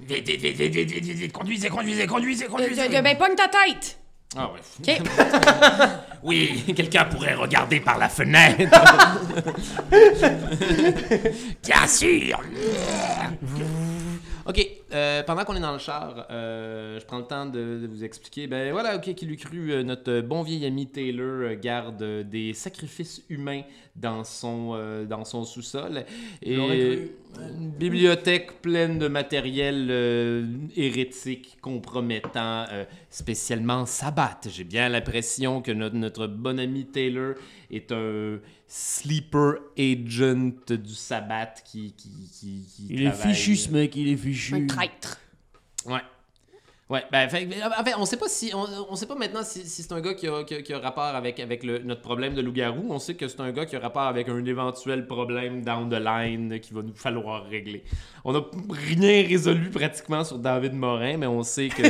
Vite, vite, vite, vite, vite, vite, vite, vite, conduisez, conduignez, Euh, conduignez, De, de, conduisez. de- ben, pogne ta tête! Ah ouais. OK? Oui, quelqu'un pourrait regarder par la fenêtre. Bien sûr. OK, euh, pendant qu'on est dans le char, euh, je prends le temps de, de vous expliquer. Ben voilà, OK, qu'il eût cru, euh, notre bon vieil ami Taylor euh, garde euh, des sacrifices humains dans son, euh, dans son sous-sol. Et J'aurais cru. une bibliothèque pleine de matériel euh, hérétique, compromettant, euh, spécialement sabbat. J'ai bien l'impression que notre, notre bon ami Taylor est un sleeper agent du sabbat qui... qui, qui, qui Il est travaille, fichu, euh, ce mec, il est fichu. Un traître. Ouais. Ouais, ben, fait, ben, en fait, on sait pas si on, on sait pas maintenant si, si c'est un gars qui a, qui a- qui a rapport avec, avec le, notre problème de loup-garou. On sait que c'est un gars qui a rapport avec un éventuel problème down the line qu'il va nous falloir régler. On n'a rien résolu pratiquement sur David Morin, mais on sait que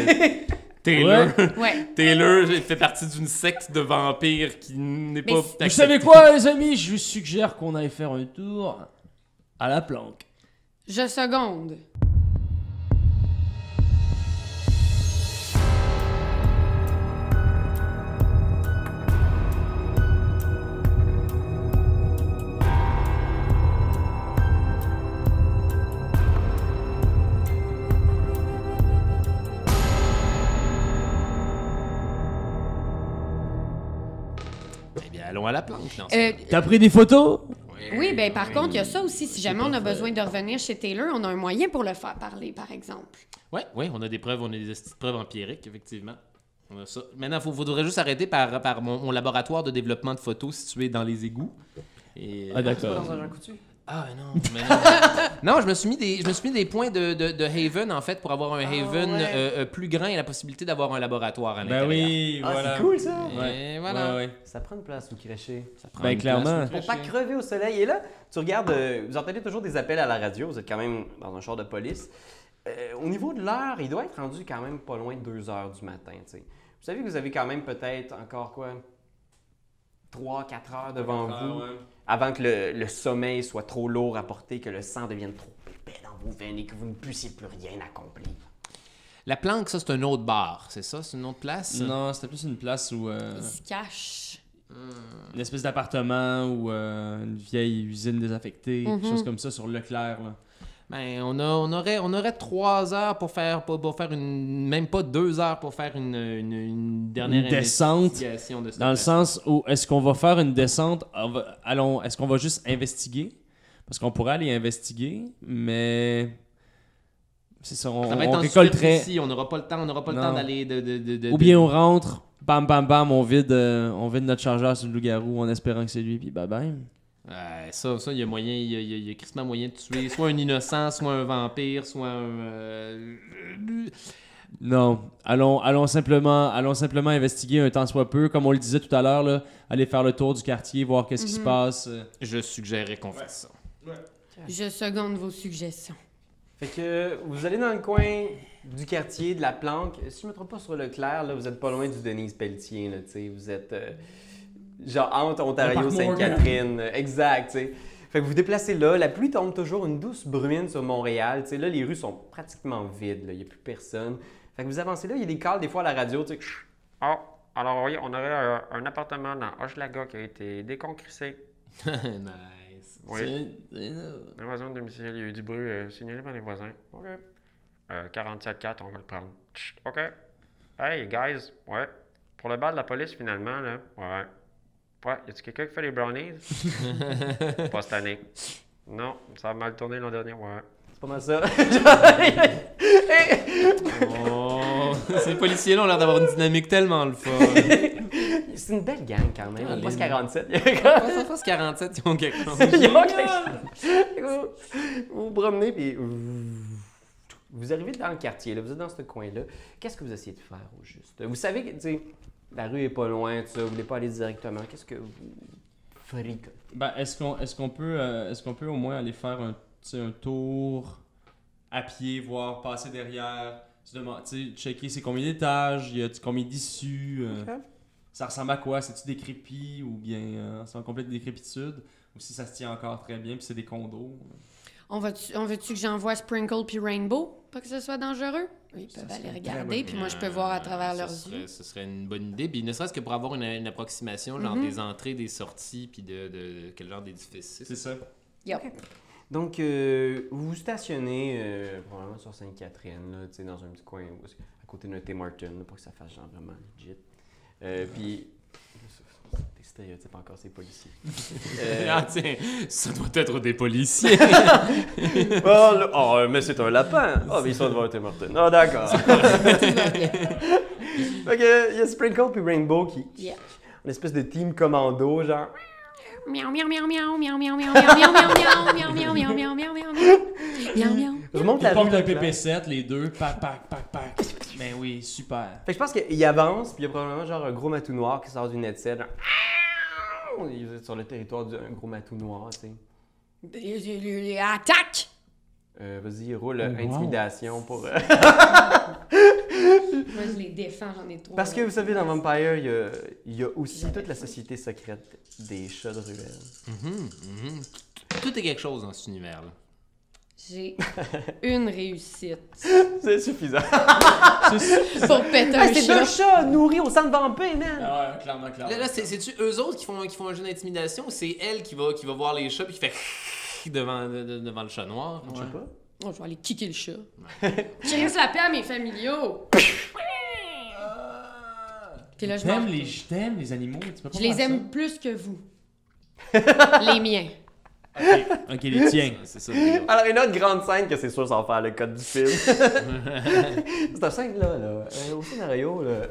Taylor, Ouais. Taylor fait partie d'une secte de vampires qui n'est Mais pas. c'est- Vous savez quoi, les amis Je vous suggère qu'on aille faire un tour à la planque. Je seconde. Eh bien, allons à la planque. non, Euh, c'est- T'as pris des photos oui, ben par contre, il y a ça aussi. Si jamais on a parfait. besoin de revenir chez Taylor, on a un moyen pour le faire parler, par exemple. Ouais, ouais, on a des preuves, on a des petites preuves empiriques, effectivement. On a ça. Maintenant, vous faudrait juste arrêter par, par mon, mon laboratoire de développement de photos situé dans les égouts. Et- euh, Ah C'est pas d'accord. dans un Jean Coutu. Ah, non, mais non. non, je me suis mis des, je me suis mis des points de, de- de Haven en fait pour avoir un Haven ouais. euh, euh, plus grand et la possibilité d'avoir un laboratoire à Bah l'intérieur. oui, Ah, voilà. c'est cool ça! Et Ouais. voilà. Ouais, ouais. Ça prend une place, vous crachez. Ça prend Ben, une Bah, clairement. place, Pour pas crever au soleil. Et là, tu regardes, euh, vous entendez toujours des appels à la radio, vous êtes quand même dans un char de police. Euh, au niveau de l'heure, il doit être rendu quand même pas loin de 2 heures du matin. tu sais. Vous savez que vous avez quand même peut-être encore quoi 3-4 heures devant Ah, vous avant que le, le sommeil soit trop lourd à porter, que le sang devienne trop épais dans vos veines et que vous ne puissiez plus rien accomplir. La planque, ça, c'est un autre bar, c'est ça? C'est une autre place? Non, c'était plus une place où. euh, Il se cache. une espèce d'appartement ou euh, une vieille usine désaffectée, quelque chose comme ça sur Leclerc. Là. Ben, on, a- on aurait, on aurait trois heures pour faire, pour, pour faire une. Même pas deux heures pour faire une, une- une dernière Une descente investigation de cette Dans le place. sens où est-ce qu'on va faire une descente Ah, on va- Allons, est-ce qu'on va juste investiguer Parce qu'on pourrait aller investiguer, mais c'est ça, on, Ça va on être en récolterait. superficie, on n'aura pas le temps, on n'aura pas le Non. temps d'aller de, de, de, de- Ou bien de- on rentre, bam bam bam, on vide, euh, on vide notre chargeur sur le loup-garou en espérant que c'est lui, puis bye bye. Ouais, ça, ça, il y a moyen, il y a, il y a- il y a crissement moyen de tuer soit un innocent, soit un vampire, soit un. euh, euh, Non, allons, allons simplement, allons simplement investiguer un temps soit peu, comme on le disait tout à l'heure là, aller faire le tour du quartier, voir qu'est-ce qui se passe. euh. Je suggérerais qu'on fasse ça. Je seconde vos suggestions. Fait que vous allez dans le coin du quartier, de la planque. Si je me trompe pas sur Leclerc, là, vous êtes pas loin du Denise Pelletier, là, tu sais. Vous êtes euh, genre entre Le Ontario, parc Morgan. Sainte-Catherine. euh, Exact, tu sais. Fait que vous vous déplacez là, la pluie tombe toujours, une douce bruine sur Montréal. Tu sais, là, les rues sont pratiquement vides, il n'y a plus personne. Fait que vous avancez là, il y a des calls des fois à la radio, tu sais. Chut. Ah, alors oui, on aurait euh, un appartement dans Hochelaga qui a été déconcrissé. nice. Oui. Les voisins de domicile, il y a eu du bruit euh, signalé par les voisins. OK. Euh, 47-4, on va le prendre. Chut, OK. Hey, guys, ouais. Pour le bal de la police, finalement, là, ouais. Ouais, y a-tu quelqu'un qui fait les brownies? Pas cette année. Non, ça a mal tourné l'an dernier, ouais. C'est pas mal ça. Oh, ces policiers-là ont l'air d'avoir une dynamique tellement le fun. Ouais, C'est une belle gang quand même. Ah, On Caroline. passe 47. il y a quand- ça fasse 47, ils ont quelque chose. Il y a quelque chose. Vous vous promenez, puis vous arrivez dans le quartier, là, vous êtes dans ce coin-là. Qu'est-ce que vous essayez de faire au juste? Vous savez que, tu sais, la rue est pas loin, tout ça, vous voulez pas aller directement. Qu'est-ce que vous fricotez? Ben, est-ce qu'on est-ce qu'on peut euh, est-ce qu'on peut au moins aller faire un, tu sais, un tour à pied, voir passer derrière, se demander, tu sais, checker c'est combien d'étages, y a combien d'issues, euh, ça ressemble à quoi, c'est-tu décrépit ou bien euh, c'est en complète décrépitude ou si ça se tient encore très bien puis c'est des condos. On, va on veut-tu que j'envoie Sprinkle puis Rainbow? pas que ce soit dangereux. Ils Ça peuvent serait aller une très regarder, bonne puis moi, je peux voir à Euh, travers ce leurs serait- yeux. Ce serait une bonne idée. Puis ne serait-ce que pour avoir une, une approximation, genre Mhm. des entrées, des sorties, puis de, de- de quel genre d'édifice c'est. C'est ça. Yup. Donc, euh, vous vous stationnez euh, probablement sur Sainte-Catherine, là, tu sais, dans un petit coin où est-ce que- à côté d'un T. Martin, là, pour que ça fasse genre vraiment legit. Euh, Puis, des stéréotypes encore, ces policiers. Ah, tiens, ça doit être des policiers. oh, là- oh, mais c'est un lapin! Oh, mais ils sont devant un T. Martin. Oh, d'accord. Fait que, il y a Sprinkle puis Rainbow qui. Yeah. Une espèce de team commando, genre. Miaou, miaou, miaou, miaou, miaou, miaou, miaou, miaou, miaou, miaou, miaou, miaou, miaou, miaou, miaou, miaou, miaou, miaou. Je monte Ils la portent rue, un là. PP7, les deux. Pac, pac, pac, pac. Ben oui, super. Fait que je pense qu'il avance, puis il y a probablement genre un gros matou noir qui sort d'une assiette, genre. Il est sur le territoire d'un gros matou noir, tu sais. Attaque! Euh, Vas-y, roule Oh, wow. intimidation pour. euh, Moi, je les défends, j'en ai trop. Parce que vous savez, dans Vampire, il y a, il y a aussi J'avais toute la faim. société secrète des chats de ruelle. Mhm, mhm. Tout est quelque chose dans cet univers-là. J'ai une réussite C'est suffisant. pour péter un c'est chat. deux chats nourris au centre vampire, man! Ah ouais, clairement, clairement. Là, là, c'est- c'est-tu eux autres qui font, qui font un jeu d'intimidation ou c'est elle qui va, qui va voir les chats puis qui fait devant, de- de- devant le chat noir? Je sais pas. Oh, je vais aller kicker le chat. J'ai juste la paix à mes familiaux. Puis là, je T'aimes mange les, tout. je t'aime les animaux, mais tu peux pas Je les faire aime plus que vous. les miens. ça. Ok, les tiens. C'est ça. le deal. Alors, une autre grande scène que c'est sûr, ça va faire le code du film. Cette scène-là, là, euh, au scénario, là.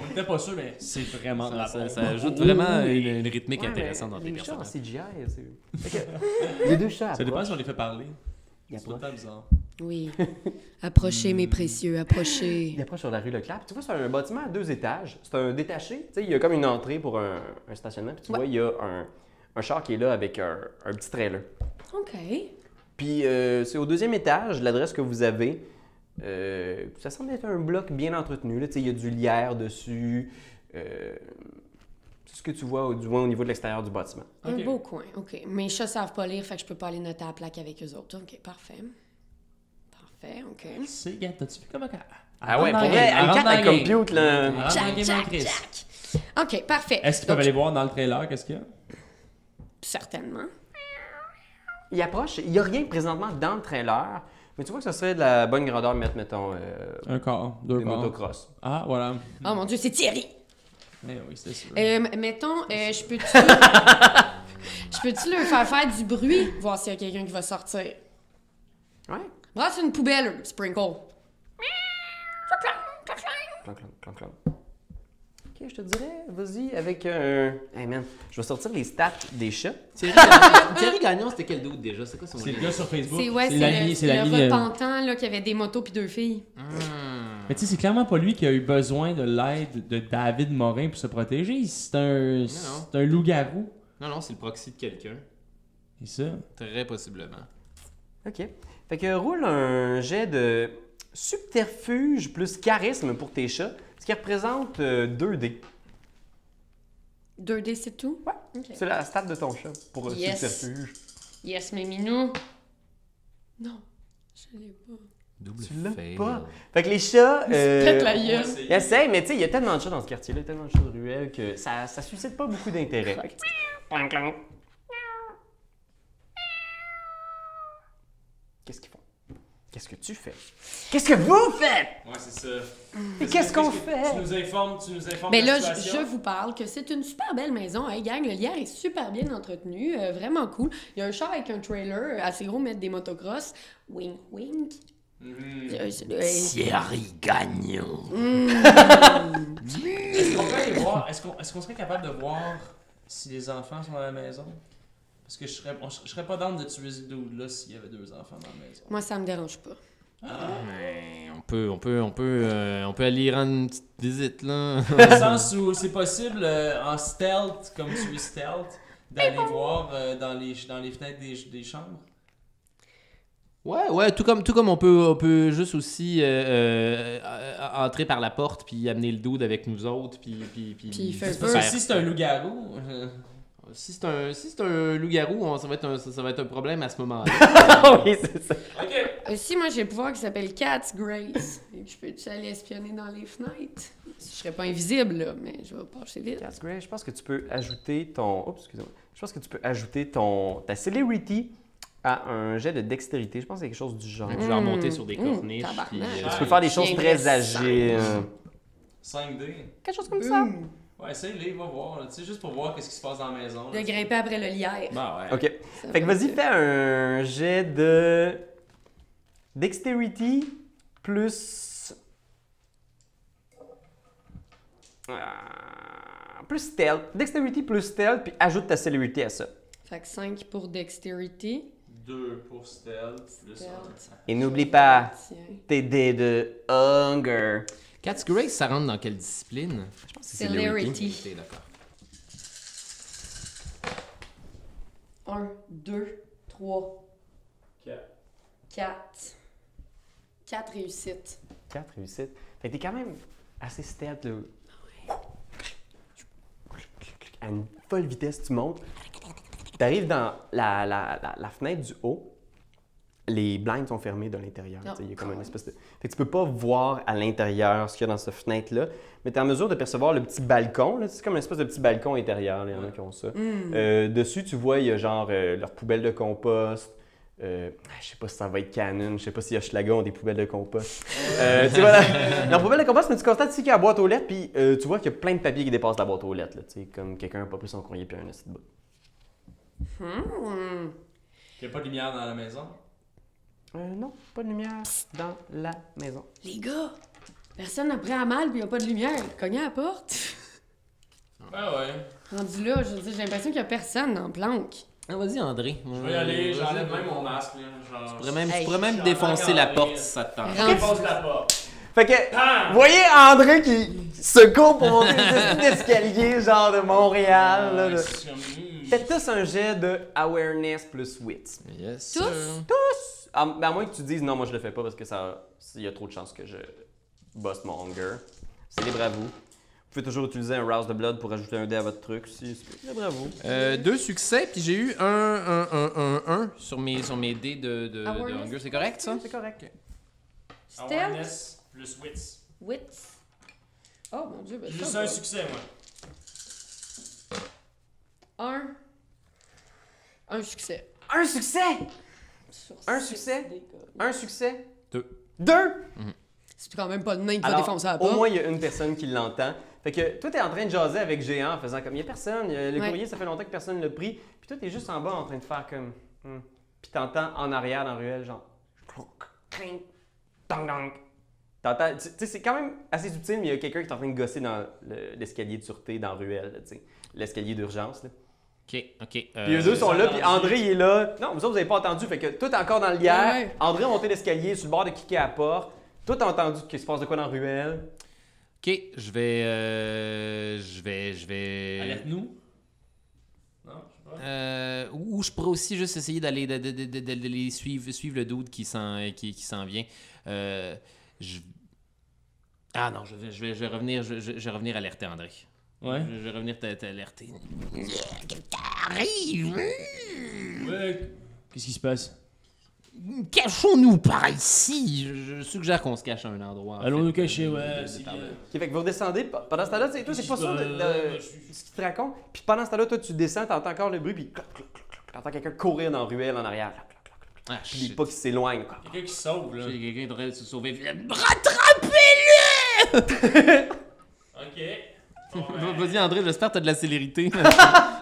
On était pas sûr, mais c'est vraiment de la Ça, ça- bombe. ça ajoute vraiment Oui. une, une rythmique Ouais, intéressante mais dans tes Les chats en personnages. CGI, c'est. Fait que, les deux chats. Ça dépend approchent. si on les fait parler. Ils C'est tout le approchent. temps bizarre. Oui. Approchez, mes précieux, approchez. Il approche sur la rue Leclerc. Puis tu vois, c'est un bâtiment à deux étages. C'est un détaché. Tu sais, il y a comme une entrée pour un, un stationnement. Puis tu Ouais. vois, il y a un, un char qui est là avec un, un petit trailer. OK. Puis euh, c'est au deuxième étage, l'adresse que vous avez. Euh, ça semble être un bloc bien entretenu. Là. Tu sais, Il y a du lierre dessus. Euh, c'est ce que tu vois, au- du moins au niveau de l'extérieur du bâtiment. Un beau coin, OK. Mes chats savent pas lire, fait que je peux pas aller noter à la plaque avec eux autres. OK, parfait. Parfait, OK. C'est, gars, t'as-tu vu comment. elle- Ah rentre ouais, dans pour la vrai, game, elle rentre capte dans la game. compute, là. Elle rentre dans la Jack, game Jack, en crise. Jack! OK, parfait. Est-ce qu'ils peuvent Donc, aller voir dans le trailer qu'est-ce qu'il y a Certainement. Il approche. Il n'y a rien présentement dans le trailer. Mais tu vois que ça serait de la bonne grandeur mettre, mettons, euh, Un corps, deux des corps. motocross. Ah, voilà. Oh mon Dieu, c'est Thierry! Eh oui, c'est sûr. Euh, m- mettons, euh, je peux-tu... Je peux-tu leur faire faire du bruit, voir s'il y a quelqu'un qui va sortir? Ouais. Brasse une poubelle, Sprinkle. Oh, Clonk, clonk, clonk, clonk. Ok, je te dirais, vas-y avec un. Hey man, je vais sortir les stats des chats. Thierry Gagnon- Thierry Gagnon, c'était quel doute déjà? C'est quoi son C'est le lien? gars sur Facebook. C'est ouais, c'est la le, ligne- c'est c'est la le ligne, euh, repentant là, qui avait des motos puis deux filles. Hmm. Mais tu sais, c'est clairement pas lui qui a eu besoin de l'aide de David Morin pour se protéger. C'est un, c'est un loup-garou. Non, non, c'est le proxy de quelqu'un. C'est ça. Très possiblement. Ok. Fait que roule un jet de subterfuge plus charisme pour tes chats, ce qui représente euh, 2D. 2D, c'est tout? Ouais. Ok. C'est la stat de ton chat pour euh, Yes. subterfuge. Yes, mes minous. Non, je l'ai pas. Double Tu l'as fail. pas. Fait que les chats. euh, Pète la gueule. Essaye, mais tu sais, il y a tellement de chats dans ce quartier-là, tellement de chats de ruelles que ça, ça suscite pas beaucoup d'intérêt. Clang, clang. Qu'est-ce qu'ils font? Qu'est-ce que tu fais? Qu'est-ce que vous faites? Ouais, c'est ça. Mais qu'est-ce qu'on fait? nous informes, tu nous informes. Mais Ben là, je, je vous parle que c'est une super belle maison. Hey, gang, le lierre est super bien entretenu. euh, vraiment cool. Il y a un char avec un trailer euh, assez gros, mettre des motocross. Wink, wink. Mhm. Euh, c'est- euh, Thierry Gagnon. Est-ce qu'on peut aller voir- est-ce qu'on- est-ce qu'on serait capable de voir si les enfants sont dans la maison? Parce que je serais, on- je serais pas d'âme de tuer ce dude-là s'il y avait deux enfants dans la maison. moi, ça me dérange pas. Ouais, Eh, on peut, on peut, on peut, euh, on peut aller y rendre une petite visite là. Dans le sens où c'est possible euh, en stealth, comme tu es stealth, d'aller voir euh, dans, les, dans les fenêtres des, des chambres. ouais, ouais, tout comme, tout comme on peut, on peut juste aussi euh, euh, euh, entrer par la porte puis amener le dude avec nous autres puis, puis, puis. Puis il fait se peur. Ça, faire- si c'est un loup-garou. euh, Si c'est un, si c'est un loup-garou, on- ça va être un, ça, ça va être un problème à ce moment-là. Ah oui, c'est ça. Ok. Euh, Si moi j'ai le pouvoir qui s'appelle Cat's Grace, et que je peux-tu aller espionner dans les fenêtres? Je serais pas invisible, là, mais je vais passer vite. Cass Grey, je pense que tu peux ajouter ton. Oups, excusez-moi. Je pense que tu peux ajouter ton ta celebrity à un jet de dextérité. Je pense que c'est quelque chose du genre. Genre monter sur des Mmh, corniches. tabarnak. puis, euh, Tu peux faire des choses Chien très dressant. agiles. 5D. Quelque chose comme ça. Mmh, Ouais, essaye-les, va voir. là, Tu sais, juste pour voir qu'est-ce qui se passe dans la maison. De là, tu sais. grimper après le lierre. Bah ouais. Ok. Ça Fait que va vas-y, être- fais un jet de. Dextérité plus. Ah, Plus stealth. Dextérité plus stealth, puis ajoute ta celebrity à ça. Fait que 5 pour dextérité. 2 pour stealth, plus un. Et n'oublie pas Tiens. tes dés de hunger. Cat's Grace, ça rentre dans quelle discipline Je pense que c'est Celerity. Celerity. D'accord. 1, 2, 3, Quatre. 4. 4 réussites. 4 réussites. Fait que t'es quand même assez stealth, là. À une folle vitesse, tu montes. T'arrives dans la, la- la- la fenêtre du haut. Les blindes sont fermées de l'intérieur. Oh, tu sais, Il y a comme quand une même. espèce de... Fait que tu peux pas voir à l'intérieur ce qu'il y a dans cette fenêtre-là, mais tu es en mesure de percevoir le petit balcon. là. C'est comme une espèce de petit balcon intérieur. là, Il y en a qui ont ça. Euh, dessus, tu vois, il y a genre euh, leur poubelle de compost. Euh, je sais pas si ça va être Canon, je sais pas si Hochelaga ont des poubelles de compost. Euh, tu vois, leur poubelle de compost, mais tu constates ici qu'il y a la boîte aux lettres, puis euh, tu vois qu'il y a plein de papiers qui dépassent la boîte aux lettres. Là, tu sais, comme quelqu'un n'a pas pris son courrier puis un acide de bout. Hmm. Il n'y a pas de lumière dans la maison. Euh, non, pas de lumière dans la maison. Les gars, personne n'a pris à mal puis il a pas de lumière. Cognez à la porte. Ben ouais. Rendu là, je veux dire, j'ai l'impression qu'il y a personne dans planque. Ah, vas-y, André. Je vais y aller, j'enlève même mon masque. Là, genre... Tu pourrais même, tu Hey, pourrais même je suis défoncer en la train porte d'enlever. si ça te Ah. tente. Je Rendu- défonce la porte. Fait que, Bam! voyez André qui se court pour monter des escaliers genre de Montréal. Ah, là, Ouais, de- c'est comme, hmm. Faites tous un jet de awareness plus wits. Yes. Tous? sir. À, à moins que tu dises non, moi je le fais pas parce que ça, il y a trop de chances que je bosse mon hunger. C'est libre à vous. Vous pouvez toujours utiliser un rouse de blood pour ajouter un dé à votre truc si. C'est libre à vous. Euh, deux succès, puis j'ai eu un, un, un, un, un sur mes, sur mes dés de, de, de Awareness. hunger. C'est correct, ça? Ah, C'est correct. Stealth, Awareness plus wits. wits. Oh mon dieu, ben J'ai Ah, Juste ça, un va. succès, moi. un. Un succès. Un succès! Sur Un six succès? dégâts. Un succès? Deux. Deux! C'est quand même pas le nain qui va Alors, défoncer la au porte. moins il y a une personne qui l'entend. Fait que toi t'es en train de jaser avec Géant en faisant comme il y a personne, y a- le Ouais. courrier ça fait longtemps que personne ne l'a pris. Puis toi t'es juste en bas en train de faire comme. hmm. Puis t'entends en arrière dans la ruelle genre. clonk, clink, dong, dong. T'entends, tu tu sais, c'est quand même assez subtil, mais il y a quelqu'un qui est en train de gosser dans le- l'escalier de sûreté, dans la ruelle, là, tu sais, l'escalier d'urgence. là. Ok, ok. euh, Puis eux deux sont là, j'ai puis entendu. André il est là. Non, vous autres, vous avez pas entendu. Fait que toi, t'es encore dans le lierre. Ouais. André a monté l'escalier, sur le bord de cliquer à la porte. Toi, t'as entendu qu'il se passe de quoi dans la ruelle. Ok, je vais. euh, je vais. Je vais. Alerte-nous. Non, je sais pas. Euh, ou ou je pourrais aussi juste essayer d'aller de, de- de- de- de- de les suivre, suivre le doute qui s'en qui, qui s'en vient. Euh, je... Ah non, je vais, je vais, je vais revenir, je, je- je vais revenir alerter André. Ouais. Je, je vais revenir t'a- t'alerter. Arrive! Ouais. Qu'est-ce qui se passe? Cachons-nous par ici! Je, je suggère qu'on se cache à un endroit. en fait. De- de- de- de- euh, Ok, fait que vous redescendez. P- Pendant ce temps-là, tu sais, toi, c'est pas sûr de, euh, de- ce qu'il te raconte. Puis pendant ce temps-là, toi, tu descends, t'entends encore le bruit, puis cloc, cloc, cloc, cloc. t'entends quelqu'un courir dans la ruelle en arrière. Cloc, cloc, cloc, cloc. Ah, Puis les shit. pas qui s'éloignent. quoi. Quelqu'un qui sauve, là. J'ai Quelqu'un qui devrait se sauver. Rattrapez-le! Ok. Bon, ben, Vas-y, André, j'espère que t'as de la célérité. j'ai pas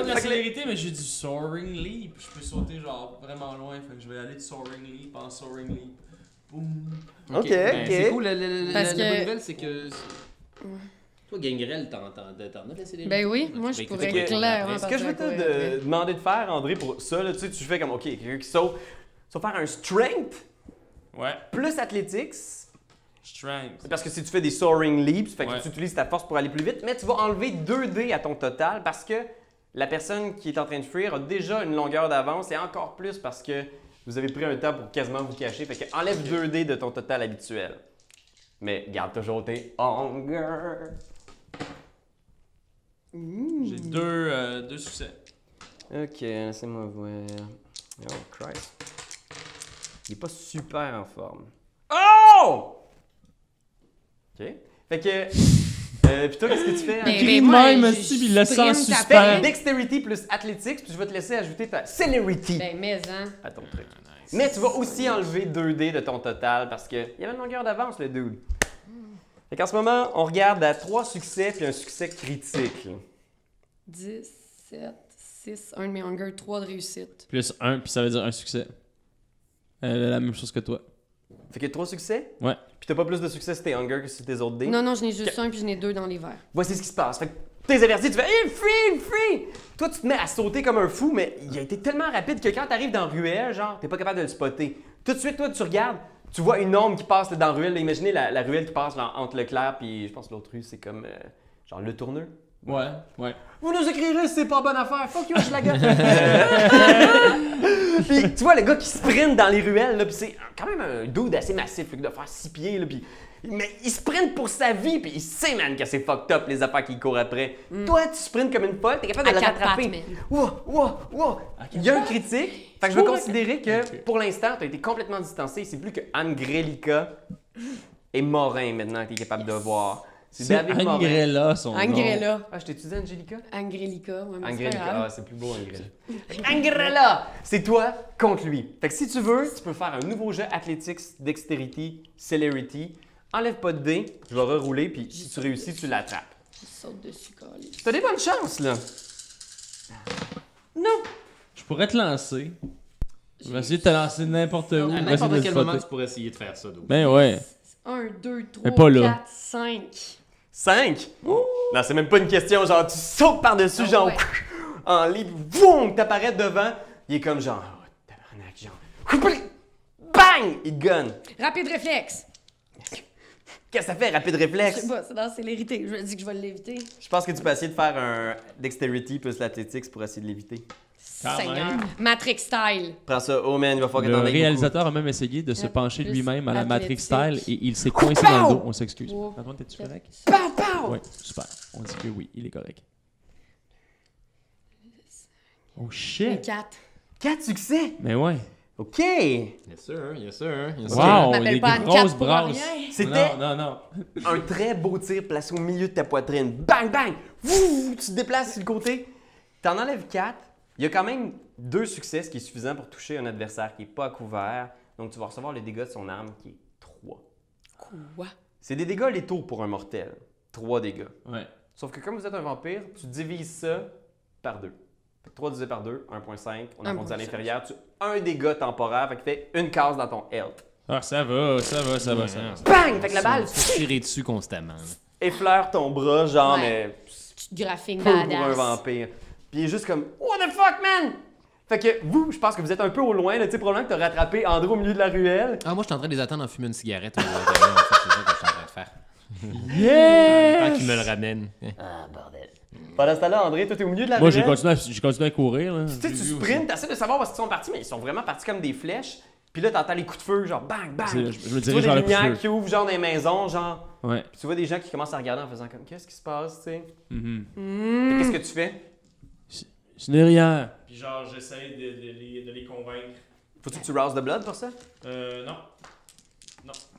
de la célérité, mais j'ai du Soaring Leap. Je peux sauter, genre, vraiment loin. Fait que je vais aller de Soaring Leap en Soaring Leap. Boum. Ok, Ben, ok. C'est cool, la, la- la- Parce la- la que- bonne nouvelle, c'est que. Toi, Gangrel, t'en t'en- t'en as laissé les Ben oui, moi, je pourrais clairement Ce que je veux te Partir à courir de- après. demander de faire, André, pour ça, là, tu sais, tu fais comme, ok, quelqu'un qui saute. Tu vas faire un strength Ouais. plus athletics. Strength. C'est parce que si tu fais des soaring leaps, fait que Ouais. tu utilises ta force pour aller plus vite, mais tu vas enlever 2 dés à ton total parce que la personne qui est en train de fuir a déjà une longueur d'avance et encore plus parce que vous avez pris un temps pour quasiment vous cacher. Fait que enlève 2 dés de ton total habituel. Mais garde toujours tes hunger. Hmm. J'ai deux, euh, deux succès. Ok, laissez-moi voir. Oh, Christ. Il n'est pas super en forme. Oh! OK. Fait que. Euh, puis toi, qu'est-ce que tu fais? Ben, hein? ben, de moi, même, je- si, je puis il le sprint sent après. Fais suspens. dexterity plus athletics, puis je vais te laisser ajouter ta celerity Ben, mais, hein. à ton truc. Mais tu vas aussi enlever 2D de ton total parce qu'il y avait une longueur d'avance, le dude. Fait qu'en ce moment, on regarde à 3 succès puis un succès critique. 10, 7, 6, 1 de mes hunger, 3 de réussite. Plus un, puis ça veut dire un succès. Euh, la même chose que toi. Fait que 3 succès? Ouais. Puis t'as pas plus de succès si t'es hunger que si tes autres dés? Non, non, je n'ai juste un, puis je n'ai deux dans les verres. Voici ce qui se passe. Fait que t'es averti, tu fais il me free, il me free! Toi, tu te mets à sauter comme un fou, mais il a été tellement rapide que quand t'arrives dans la ruelle, genre, t'es pas capable de le spotter. Tout de suite, toi, tu regardes, tu vois une ombre qui passe là, dans la ruelle. Là, imaginez la, la ruelle qui passe là, entre Leclerc puis je pense que l'autre rue, c'est comme euh, genre le tourneur. Ouais, ouais. Vous nous écrirez si c'est pas bonne affaire. Fuck you, je la gueule. Euh, puis tu vois le gars qui sprint dans les ruelles, là, puis c'est quand même un dude assez massif, là, de faire six pieds, là, puis... Mais il sprint pour sa vie, puis il sait, man, que c'est fucked up les affaires qu'il court après. Toi, tu sprintes comme une folle, t'es capable de Mm. À le quatre rattraper. pattes, Wow, wow, wow. Il y a un critique. Fait que je veux considérer que pour l'instant, t'as été complètement distancé. C'est plus que Angrelica et Morin maintenant que t'es capable de voir. C'est Angrella, son nom. Angrella. Ah, je t'ai-tu dit Angelica? Angrelica, ouais, mais c'est pas Angrelica, ah, grave. c'est plus beau Angrelica. Angrella, c'est toi contre lui. Fait que si tu veux, tu peux faire un nouveau jeu Athletics, Dexterity, Celerity. Enlève pas de dés, je vais rerouler, puis si tu réussis, tu l'attrapes. Je saute dessus, collé. T'as des bonnes chances, là. Non. Je pourrais te lancer. Je vais essayer de te lancer n'importe où. À Je vais essayer de Ben, n'importe te quel moment, spotter. tu pourrais essayer de faire ça. donc. Ben ouais. 1, 2, 3, Mais pas là. 4, 5. 5. Non, c'est même pas une question, genre, tu sautes par-dessus, Ah genre, ouais. en libre, boum, t'apparais devant. Il est comme genre, oh, tabarnak, genre, bang, il te gonne. Rapide réflexe. Qu'est-ce que ça fait, rapide Je réflexe? sais pas, c'est dans la célérité. Je me dis que je vais l'éviter. Je pense que tu peux essayer de faire un Dexterity plus l'Athletics pour essayer de l'éviter. Quand Seigneur. même. Matrix style. Prends ça, oh man, il va falloir que Le t'en ailles réalisateur a même essayé de se At- pencher plus lui-même à la Matrix style athlétique. et il s'est coincé dans le dos. On s'excuse. Wow. Antoine, t'es-tu correct? beaucoup. Pow, pow! Ouais, super. On dit que oui, il est correct. Oh shit! 4. Quatre succès! Mais ouais. OK! Yes sir, yes sir, yes sir. Wow, m'appelle des pas Anne grosses Cat pour brasses. rien. C'était- Non, non, non. Un très beau tir placé au milieu de ta poitrine. Bang, bang! Wouh! Tu te déplaces sur le côté. T'en enlèves quatre. Il y a quand même deux succès, ce qui est suffisant pour toucher un adversaire qui n'est pas à couvert. Donc, tu vas recevoir le dégât de son arme qui est 3. Quoi? C'est des dégâts létaux pour un mortel. Trois dégâts. Ouais. Sauf que comme vous êtes un vampire, tu divises ça par deux. Fait que 3 divisé par 2, 1.5. On arrondit à 1.5. l'inférieur. Tu un dégât temporaire, fait qu'il fait une case dans ton health. Ah, ça va, ça va, ça va, ça va. Bang! Fait que la balle se tirer dessus constamment. effleure ton bras, genre, Ouais. mais Tu te graphiques peu pour un badass. vampire. Puis il est juste comme What the fuck, man! Fait que vous, je pense que vous êtes un peu au loin, là, tu sais, probablement que t'as rattrapé André au miliau de la ruelle. Ah, moi, je suis en train de les attendre en fumant une cigarette. au- au- au- en fait, C'est ça que je suis en train de faire. Tant qu'ils me le ramènent. Ah, bordel. Pendant ce temps-là, André, toi, t'es au milieu de la Moi, j'ai ruelle. continué, à- j'ai continué à courir. Là. Tu sais, tu sprintes, t'essaies de savoir où ils sont partis, mais ils sont vraiment partis comme des flèches. Puis là, t'entends les coups de feu, genre bang, bang. C'est- je- je me Tu dirige vers vois des le coup de lumières feu. qui ouvrent, genre, dans les maisons, genre. Ouais. Puis tu vois des gens qui commencent à regarder en faisant comme qu'est-ce qui se passe, tu sais. Mhm. Fait Qu'est-ce que tu fais Ce n'est rien. Puis genre, j'essaie de, de les, de les convaincre. Faut-tu que tu rouses de blood pour ça Euh, non,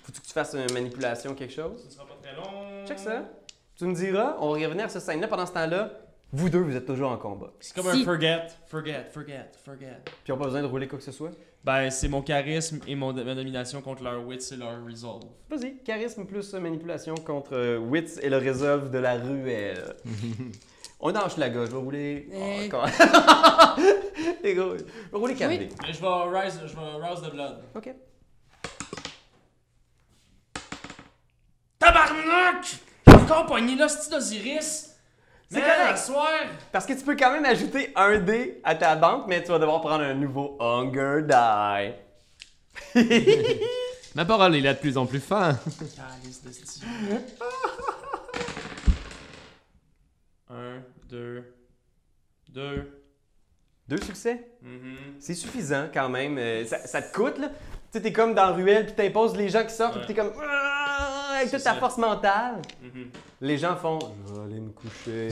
Faut-tu que tu fasses une manipulation, quelque chose ce ne sera pas très long. Check ça. Tu me diras, on va revenir à cette scène-là pendant ce temps-là. Vous deux, vous êtes toujours en combat. C'est comme un Si. forget, forget, forget, forget. Puis on n'a pas besoin de rouler quoi que ce soit. Ben, c'est mon charisme et mon, ma domination contre leur wits et leur resolve. Vas-y, charisme plus euh, manipulation contre euh, Wits et le résolve de la ruelle. on enche la gauche, je vais rouler. Hey. encore. Les gars, je vais rouler 4 Oui. Mais je vais rise, je vais rouse the blood. Ok. Tabarnak! J'ai encore pogné là, c'est d'Osiris. C'est Man, correct. à soir. Parce que tu peux quand même ajouter un dé à ta banque, mais tu vas devoir prendre un nouveau Hunger Die. Ma parole est là de plus en plus fin. Calice de style. 1, 2, 2. Deux succès. C'est suffisant quand même. Euh, ça, ça te coûte, là. Tu sais, t'es comme dans la ruelle, puis t'imposes les gens qui sortent, puis t'es comme. Ah, Avec toute ta force mentale. Les gens font. Je vais aller me coucher.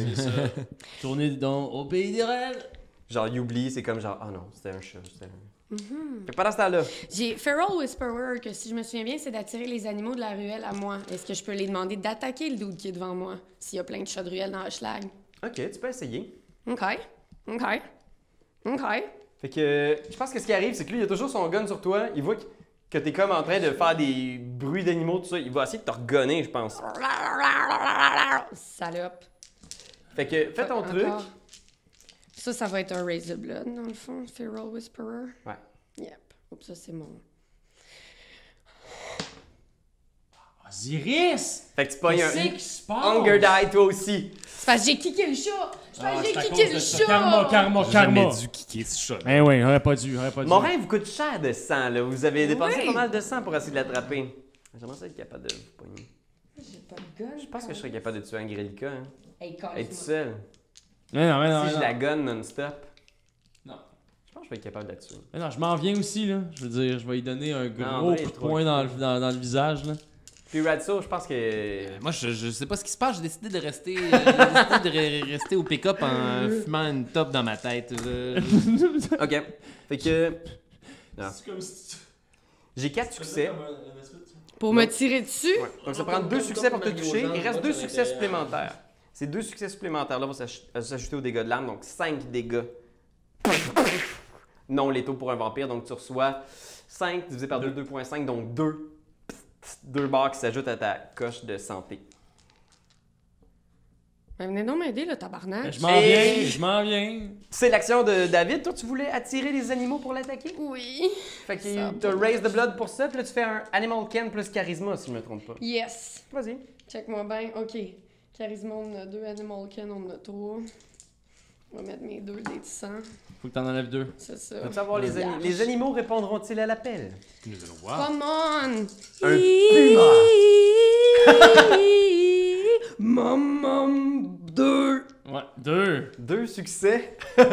Tournez donc au pays des rêves. Genre, ils oublient, c'est comme genre. Ah non, c'était un chat. c'était un- Fait que pendant ce temps-là, J'ai Feral Whisperer, que si je me souviens bien, c'est d'attirer les animaux de la ruelle à moi. Est-ce que je peux les demander d'attaquer le dude qui est devant moi, s'il y a plein de chats de ruelle dans le schlag? ok, tu peux essayer. OK. OK. OK. Fait que euh, je pense que ce qui arrive, c'est que lui, il a toujours son gun sur toi. Il voit que, que t'es comme en train de faire des bruits d'animaux, tout ça. Il va essayer de te regonner, je pense. Salope. Fait que fais ton truc. Encore. Ça, ça va être un Raise the Blood, dans le fond, Feral Whisperer. Ouais. Yep. Oups, ça, c'est mon. Osiris! Fait que tu pognes Qu'est-ce un qui se passe? Hunger Die, toi aussi. C'est parce que j'ai kické le chat! C'est parce que Ah c'est à j'ai cause kické de le ça. chat! Karma, karma, karma! Jamais dû kicker ce chat. Ben oui, aurait pas dû, aurait pas dû. Morin, vous coûte cher de sang, là. Vous avez dépensé Oui. pas mal de sang pour essayer de l'attraper. J'aimerais ça être capable de vous pogner. J'ai pas de Ah, gun. Je pense que je serais capable de tuer Angelica, hein. Hey, Elle est tout calme-moi. seul. Mais non, mais non, si mais je non. la gonne non-stop. Non. Je pense que je vais être capable de la tuer. Mais non, je m'en viens aussi, là. Je veux dire, je vais lui donner un gros André est coup de trop poing dans le, dans, dans le visage, là. Puis Radso, je pense que. Euh, Moi, je, je sais pas ce qui se passe. J'ai décidé de rester, euh, j'ai décidé de re- rester au pick-up en fumant une top dans ma tête. euh. Je- je- Ok. Fait que. Ah. C'est comme si J'ai 4 succès. Pour me tirer dessus? Donc ça prend deux succès pour te toucher. Il reste deux succès supplémentaires. Ces deux succès supplémentaires-là vont s'ach- euh, s'ajouter au dégâts de l'arme, donc 5 dégâts. non létaux pour un vampire, donc tu reçois 5 divisé par 2, 2.5, donc 2. 2 barres qui s'ajoutent à ta coche de santé. Ben, venez donc m'aider, le Ben, tabarnak. Je m'en viens, je m'en viens. C'est l'action de David. Toi, tu voulais attirer les animaux pour l'attaquer? Oui. Fait Ça que tu raise the blood pour ça, puis là, tu fais un Animal Ken plus Charisma, si je me trompe pas. Yes. Vas-y. Check-moi bien. OK. Charisma, on en a deux. Animal Ken, on en a trois. On va mettre mes deux des tissants. Faut que t'en enlèves deux. C'est ça. Tu vas voir les, ani- les animaux répondront-ils à l'appel? Nous allons voir. Come on! Un Maman 2. Ouais, deux. Deux succès. fait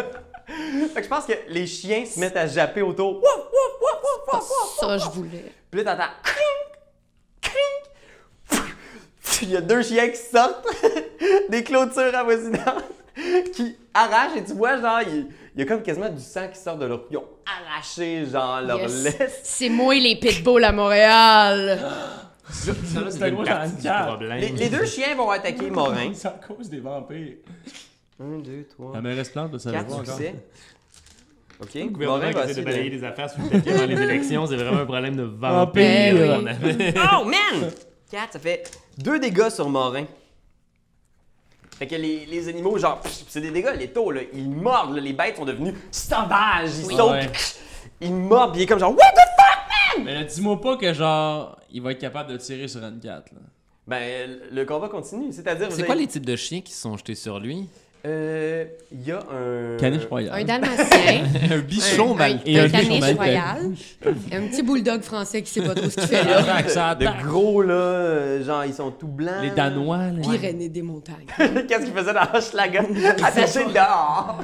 que je pense que les chiens se mettent à japper autour. Wouf, wouf, wouf, wouf, wouf, wouf. Ça, je voulais. Puis là, t'entends. Crink, crink. Il y a deux chiens qui sortent des clôtures avoisinantes qui arrachent et tu vois, genre, il il y a comme quasiment du sang qui sort de leur. Ils ont arraché, genre, leur Yes. laisse. C'est moi les pitbulls à Ah. Montréal. Ça, là, C'était une gros dans partie le du cadre. problème. Les, les deux chiens vont attaquer Morin. C'est à cause des vampires. Un, deux, trois, La mairesse plante, là, Ah, ça va quatre voir encore. succès. OK. Le gouvernement Morin qui va essaie de essayer balayer de- des affaires sur le papier avant les élections, c'est vraiment un problème de Ben oui. vampire. qu'on avait. Oh, man! 4, ça fait deux dégâts sur Morin. Fait que les, les animaux, genre, pff, c'est des dégâts, les taux, là, ils mordent, là, les bêtes sont devenues sauvages, ils Oui. sautent, Ouais. pff, ils mordent, puis il est comme genre, What the fuck? Mais là, dis-moi pas que genre, il va être capable de tirer sur Anne 4, là. Ben, le combat continue, c'est-à-dire. vous C'est quoi avez- les types de chiens qui se sont jetés sur lui Euh. Il y a un. Caniche royale. Un dalmatien. Un bichon un, mal. Et un, un un bichon caniche mal- royal. un petit bulldog français qui sait pas trop ce qu'il fait là. Attaque, ça De attaque. gros, là, euh, genre, ils sont tout blancs. Les Danois, là. Pyrénées des montagnes. Qu'est-ce qu'ils faisaient dans Hochelaga? Attaché dehors!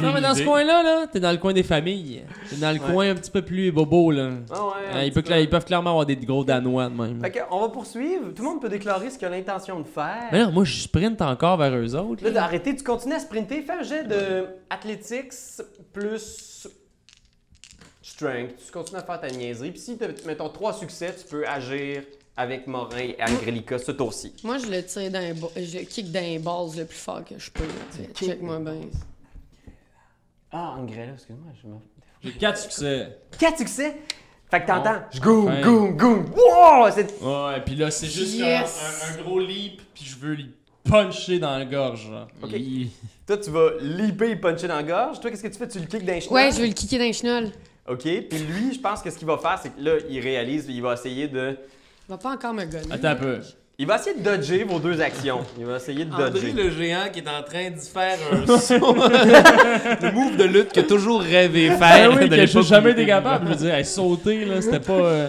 Non, mais dans ce coin-là, là, t'es dans le coin des familles. T'es dans le coin un petit peu plus bobo, là. Ah ouais, Hein, un ils, petit peuvent cla- ils peuvent clairement avoir des gros Danois de même. là. Fait que, on va poursuivre. Tout le monde peut déclarer ce qu'il a l'intention de faire. Mais non, moi, je sprint encore vers eux autres. Là, là. d'arrêter, tu continues à sprinter. Fais un jet de athletics plus strength. Tu continues à faire ta niaiserie. Puis si t'as, mettons, trois succès, tu peux agir avec Morin et Angelica ce tour-ci. Moi, je le tire d'un Je kick d'un balls le plus fort que je peux. là, tu sais. Check-moi bien. Ah, Angelica, excuse-moi, je me... J'ai quatre succès. Quatre succès! Fait que t'entends, je goum, Enfin. goum, goum, wow! C'est... Ouais, pis là, c'est juste comme Yes. un, un gros leap, pis je veux lui puncher dans la gorge. genre. Ok. Il- Toi, tu vas leaper et puncher dans la gorge. Toi, qu'est-ce que tu fais? Tu le kicks d'un chenou? Ouais, je vais le kicker d'un chenol. OK, puis lui, je pense que ce qu'il va faire, c'est que là, il réalise, il va essayer de... Il va pas encore me gonner. Attends un peu. Il va essayer de dodger vos deux actions. Il va essayer de André dodger. le géant qui est en train d'y faire un saut. le move de lutte que toujours rêvé faire. Ben oui, de que j'ai l'époque jamais où- été capable. Je veux dire, hey, sauter, là, c'était pas, euh,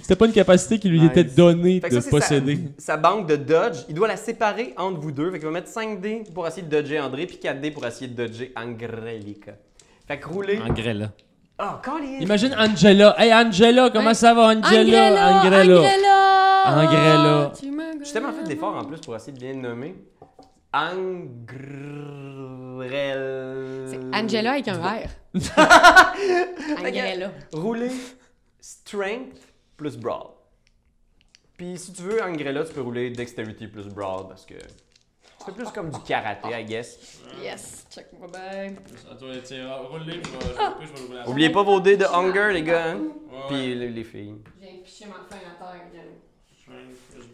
c'était pas une capacité qui lui Nice. était donnée Fait que de ça, c'est posséder. sa banque de dodge, il doit la séparer entre vous deux. Fait qu'il va mettre 5D pour essayer de dodger André, puis 4D pour essayer de dodger Angelica. Fait que rouler. En grès, là. Ah, quand les. Imagine Angela. Hey, Angela, comment Hein? ça va, Angela? Angela. Angrella. Tu me Je suis tellement fait gonnes. d'efforts en plus pour essayer de bien le nommer. Angr. Vrel. C'est Angela avec un R. Angela. Rouler Strength plus Brawl. Puis si tu veux, Angrella, tu peux rouler Dexterity plus Brawl parce que c'est plus comme du karaté, I guess. Yes, check-moi bien. Oubliez pas vos dés de Hunger, les gars. hein? Puis les, les filles. Je viens de picher ma fin à terre, gang.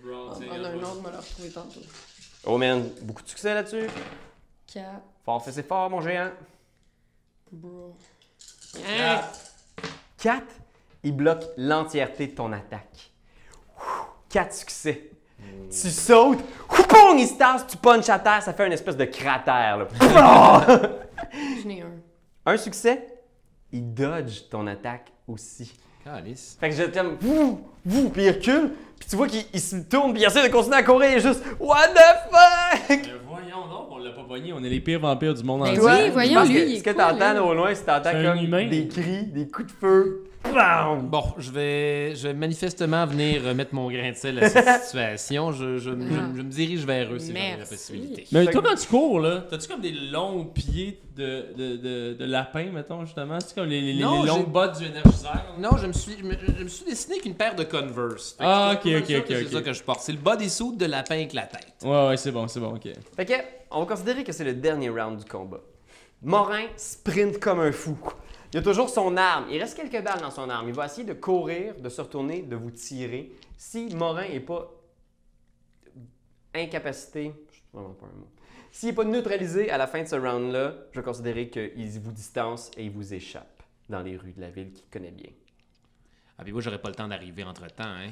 On va prendre un autre, me le retrouver tantôt. Oh man, beaucoup de succès là-dessus. 4, Fort, fais c'est fort, mon géant. bro. 4, il bloque l'entièreté de ton attaque. 4 succès. Tu sautes, poupong, il se tasse, tu punches à terre, ça fait une espèce de cratère. là. J'en ai un. un succès, il dodge ton attaque aussi. Calice. Fait que je t'aime, vous, vous, puis il recule, puis tu vois qu'il il se tourne, puis il essaie de continuer à courir, il est juste, What the fuck? voyons donc, on l'a pas pogné, on est les pires vampires du monde Ben entier. oui, Ouais, voyons, parce lui, que il est Ce que cool, hein. t'entends là. là, au loin, c'est t'entends C'est un comme humain. des cris, des coups de feu. Bam! Bon, je vais, je vais manifestement venir euh, mettre mon grain de sel à cette situation. Je, je, je- je me dirige vers eux si j'en ai la Merci. possibilité. Mais toi, quand tu cours, là, t'as-tu comme des longs pieds de, de, de, de lapin, mettons, justement? C'est comme les, les, les- Non, les j'ai- longues bottes du énergiseur? Non, je me suis, je me, je me suis dessiné avec une paire de Converse. Fait que Ah, je suis ok, pas mal sûr ok, que ok, C'est ok. ça que je porte. C'est le bas des soudes de lapin avec la tête. Ouais, ouais, c'est bon, c'est bon, ok. Fait que, on va considérer que c'est le dernier round du combat. Morin sprint comme un fou. Il a toujours son arme. Il reste quelques balles dans son arme. Il va essayer de courir, de se retourner, de vous tirer. Si Morin n'est pas incapacité, je trouve vraiment pas un mot. S'il n'est pas neutralisé à la fin de ce round-là, je vais considérer qu'il vous distance et il vous échappe dans les rues de la ville qu'il connaît bien. Ah, puis moi, j'aurais pas le temps d'arriver entre temps, hein.